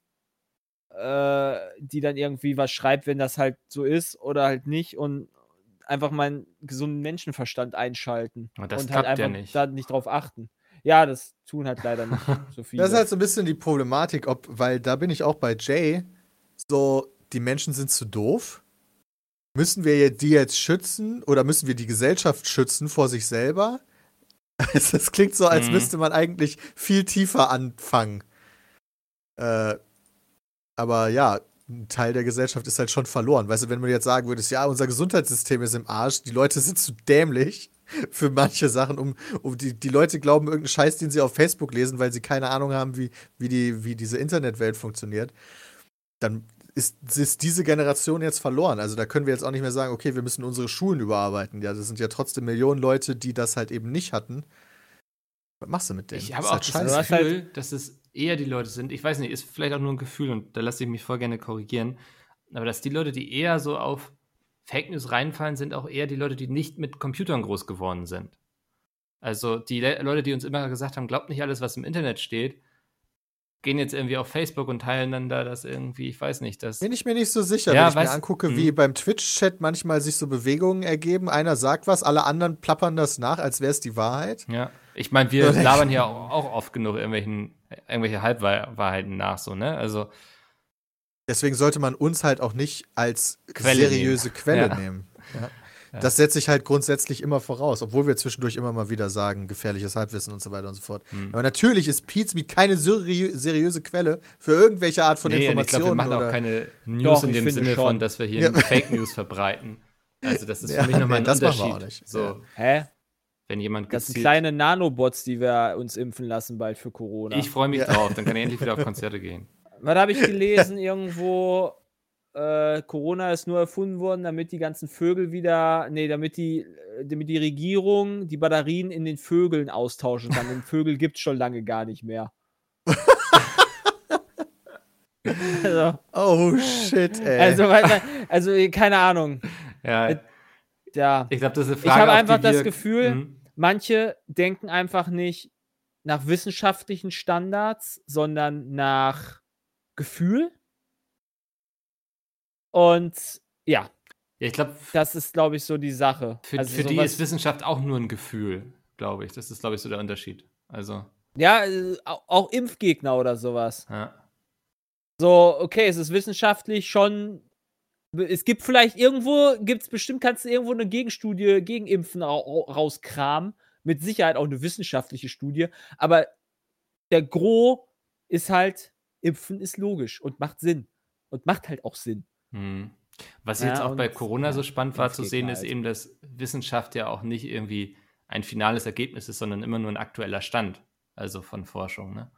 Speaker 4: äh, die dann irgendwie was schreibt, wenn das halt so ist oder halt nicht und einfach meinen gesunden Menschenverstand einschalten
Speaker 2: Aber das
Speaker 4: und halt
Speaker 2: klappt ja
Speaker 4: einfach
Speaker 2: nicht.
Speaker 4: da nicht drauf achten. Ja, das tun halt leider nicht so viele.
Speaker 3: Das ist halt so ein bisschen die Problematik, ob, weil da bin ich auch bei Jay. So, die Menschen sind zu doof. Müssen wir die jetzt schützen oder müssen wir die Gesellschaft schützen vor sich selber? Das klingt so, als
Speaker 2: Mhm.
Speaker 3: müsste man eigentlich viel tiefer anfangen. Äh, aber ja, ein Teil der Gesellschaft ist halt schon verloren. Weißt du, wenn man jetzt sagen würdest, ja, unser Gesundheitssystem ist im Arsch, die Leute sind zu dämlich für manche Sachen, um, um die, die Leute glauben irgendeinen Scheiß, den sie auf Facebook lesen, weil sie keine Ahnung haben, wie, wie, die, wie diese Internetwelt funktioniert, dann ist, ist diese Generation jetzt verloren. Also da können wir jetzt auch nicht mehr sagen, okay, wir müssen unsere Schulen überarbeiten. Ja, das sind ja trotzdem Millionen Leute, die das halt eben nicht hatten. Was machst du mit denen?
Speaker 2: Ich habe
Speaker 3: Ist
Speaker 2: auch
Speaker 3: halt
Speaker 2: das
Speaker 3: scheiße.
Speaker 4: Du hast
Speaker 2: Gefühl, dass es eher die Leute sind. Ich weiß nicht, ist vielleicht auch nur ein Gefühl und da lasse ich mich voll gerne korrigieren. Aber dass die Leute, die eher so auf Fake News reinfallen, sind auch eher die Leute, die nicht mit Computern groß geworden sind. Also die Le Leute, die uns immer gesagt haben, glaubt nicht alles, was im Internet steht, gehen jetzt irgendwie auf Facebook und teilen dann da das irgendwie, ich weiß nicht, das.
Speaker 3: Bin ich mir nicht so sicher,
Speaker 2: Ja,
Speaker 3: wenn ich
Speaker 2: weiß-
Speaker 3: mir angucke, wie
Speaker 2: Hm.
Speaker 3: beim Twitch-Chat manchmal sich so Bewegungen ergeben. Einer sagt was, alle anderen plappern das nach, als wäre es die Wahrheit.
Speaker 2: Ja, ich meine, wir labern ja auch auch oft genug irgendwelchen, irgendwelche Halbwahrheiten nach, so, ne? Also,
Speaker 3: Deswegen sollte man uns halt auch nicht als
Speaker 2: Quelle
Speaker 3: seriöse Quelle
Speaker 2: Ja.
Speaker 3: nehmen. Ja.
Speaker 2: Ja.
Speaker 3: Das setze ich halt grundsätzlich immer voraus, obwohl wir zwischendurch immer mal wieder sagen, gefährliches Halbwissen und so weiter und so fort.
Speaker 2: Hm.
Speaker 3: Aber natürlich ist Pizmeet keine seriö seriöse Quelle für irgendwelche Art von
Speaker 2: nee, und ich glaube, wir
Speaker 3: Informationen.
Speaker 2: machen auch
Speaker 3: oder
Speaker 2: keine News
Speaker 4: Doch,
Speaker 2: in
Speaker 4: ich
Speaker 2: dem
Speaker 4: finde
Speaker 2: Sinne
Speaker 4: schon.
Speaker 2: von, dass wir hier
Speaker 3: Ja.
Speaker 2: Fake News verbreiten. Also das ist
Speaker 3: Ja,
Speaker 2: für mich nochmal ein
Speaker 3: nee, das machen wir
Speaker 2: Unterschied.
Speaker 3: auch nicht.
Speaker 2: So,
Speaker 3: Ja.
Speaker 4: Hä?
Speaker 2: wenn jemand
Speaker 4: Das sind
Speaker 2: gezielt-
Speaker 4: kleine Nanobots, die wir uns impfen lassen bald für Corona.
Speaker 2: Ich freue mich
Speaker 3: Ja.
Speaker 2: drauf, dann kann ich endlich wieder auf Konzerte gehen.
Speaker 4: Was habe ich gelesen irgendwo? Äh, Corona ist nur erfunden worden, damit die ganzen Vögel wieder, nee, damit die, äh, damit die Regierung die Batterien in den Vögeln austauschen kann. Den Vögel gibt es schon lange gar nicht mehr. also,
Speaker 3: oh shit, ey.
Speaker 4: also, weil- weil- also, äh, keine Ahnung.
Speaker 2: Ja,
Speaker 4: Äh, Ja.
Speaker 2: ich glaube, das ist eine
Speaker 4: Ich
Speaker 2: Frage,
Speaker 4: habe
Speaker 2: auf
Speaker 4: einfach
Speaker 2: die
Speaker 4: das
Speaker 2: wir-
Speaker 4: Gefühl,
Speaker 2: Mhm.
Speaker 4: manche denken einfach nicht nach wissenschaftlichen Standards, sondern nach Gefühl. Und ja,
Speaker 2: Ja, ich glaube,
Speaker 4: das ist, glaube ich, so die Sache.
Speaker 2: für,
Speaker 4: Also
Speaker 2: für die
Speaker 4: sowas-
Speaker 2: ist Wissenschaft auch nur ein Gefühl, glaube ich. Das ist, glaube ich, so der Unterschied. Also,
Speaker 4: ja, äh, au- auch Impfgegner oder sowas.
Speaker 2: ja.
Speaker 4: So, okay, es ist wissenschaftlich schon. Es gibt vielleicht irgendwo, gibt es bestimmt, kannst du irgendwo eine Gegenstudie gegen Impfen ra ra- rauskramen. Mit Sicherheit auch eine wissenschaftliche Studie. Aber der Gro ist halt, Impfen ist logisch und macht Sinn. Und macht halt auch Sinn.
Speaker 2: Mhm. Was
Speaker 4: Ja,
Speaker 2: jetzt auch bei
Speaker 4: und-
Speaker 2: Corona so
Speaker 4: ja,
Speaker 2: spannend war zu
Speaker 4: Impfgegner
Speaker 2: sehen, ist
Speaker 4: halt.
Speaker 2: eben, dass Wissenschaft ja auch nicht irgendwie ein finales Ergebnis ist, sondern immer nur ein aktueller Stand, also von Forschung. Ne?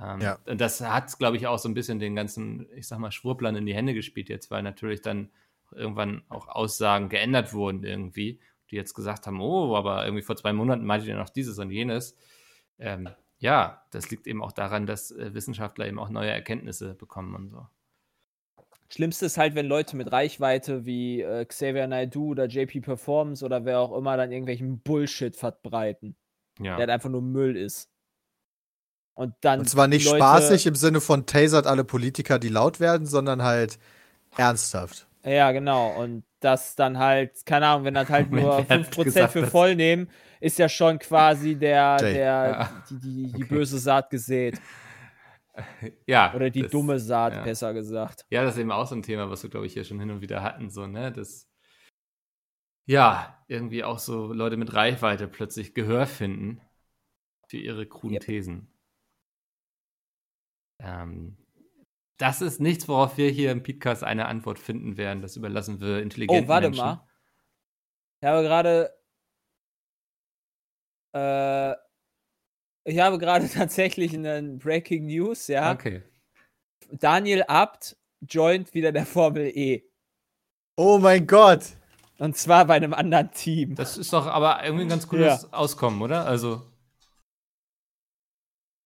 Speaker 2: Ähm,
Speaker 3: Ja.
Speaker 2: Und das hat, glaube ich, auch so ein bisschen den ganzen, ich sag mal, Schwurplan in die Hände gespielt jetzt, weil natürlich dann irgendwann auch Aussagen geändert wurden irgendwie, die jetzt gesagt haben, oh, aber irgendwie vor zwei Monaten meinte ihr noch dieses und jenes. Ähm, ja, das liegt eben auch daran, dass äh, Wissenschaftler eben auch neue Erkenntnisse bekommen und so.
Speaker 4: Schlimmste ist halt, wenn Leute mit Reichweite wie äh, Xavier Naidoo oder JP Performance oder wer auch immer dann irgendwelchen Bullshit verbreiten,
Speaker 2: Ja.
Speaker 4: der halt einfach nur Müll ist. Und dann.
Speaker 3: Und zwar nicht
Speaker 4: Leute-
Speaker 3: spaßig im Sinne von tasert alle Politiker, die laut werden, sondern halt ernsthaft.
Speaker 4: Ja, genau. Und das dann halt, keine Ahnung, wenn das halt
Speaker 2: Moment, wer
Speaker 4: nur
Speaker 2: hat
Speaker 4: 5%
Speaker 2: gesagt,
Speaker 4: für
Speaker 2: dass-
Speaker 4: voll nehmen, ist ja schon quasi der,
Speaker 3: Jay.
Speaker 4: der,
Speaker 2: Ja.
Speaker 4: die, die, die
Speaker 2: Okay.
Speaker 4: böse Saat gesät.
Speaker 2: ja
Speaker 4: Oder die
Speaker 2: das-
Speaker 4: dumme Saat,
Speaker 2: ja.
Speaker 4: besser gesagt.
Speaker 2: Ja, das ist eben auch so ein Thema, was wir, glaube ich, hier schon hin und wieder hatten, so, ne? Das, ja, irgendwie auch so Leute mit Reichweite plötzlich Gehör finden für ihre kruden
Speaker 4: Yep.
Speaker 2: Thesen. Ähm, das ist nichts, worauf wir hier im Podcast eine Antwort finden werden. Das überlassen wir intelligenten
Speaker 4: Oh, warte
Speaker 2: Menschen.
Speaker 4: mal. Ich habe gerade. Äh, ich habe gerade tatsächlich einen Breaking News, ja.
Speaker 2: Okay.
Speaker 4: Daniel Abt joint wieder der Formel E.
Speaker 3: Oh mein Gott!
Speaker 4: Und zwar bei einem anderen Team.
Speaker 2: Das ist doch aber irgendwie ein ganz cooles Auskommen, oder? Also,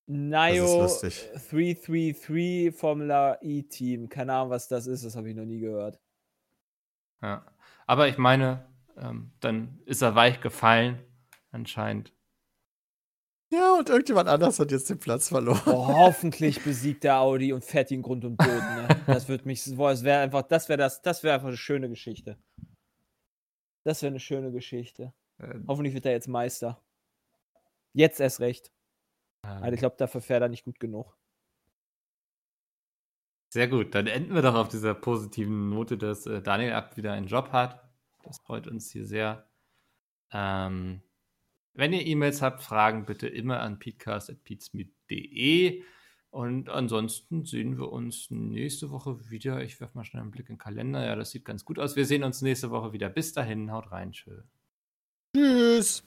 Speaker 4: Nio
Speaker 3: Das ist lustig.
Speaker 4: 333 Formula E Team. Keine Ahnung, was das ist, das habe ich noch nie gehört.
Speaker 2: ja. Aber ich meine, ähm, dann ist er weich gefallen, anscheinend.
Speaker 3: Ja, und irgendjemand anders hat jetzt den Platz verloren.
Speaker 4: Oh, hoffentlich besiegt der Audi und fährt ihn Grund und Boden. Ne? Das wird mich, boah, das wäre einfach, das wäre das, das wäre einfach eine schöne Geschichte. Das wäre eine schöne Geschichte.
Speaker 2: Äh,
Speaker 4: Hoffentlich wird er jetzt Meister. Jetzt erst recht. Also
Speaker 2: ähm,
Speaker 4: ich glaube, dafür fährt er nicht gut genug.
Speaker 2: Sehr gut, dann enden wir doch auf dieser positiven Note, dass äh, Daniel Abt wieder einen Job hat. Das freut uns hier sehr. Ähm, wenn ihr E-Mails habt, Fragen bitte immer an peatcast.peatsmeet.de. Und ansonsten sehen wir uns nächste Woche wieder. Ich werfe mal schnell einen Blick in den Kalender. Ja, das sieht ganz gut aus. Wir sehen uns nächste Woche wieder. Bis dahin, haut rein, tschö.
Speaker 3: Tschüss.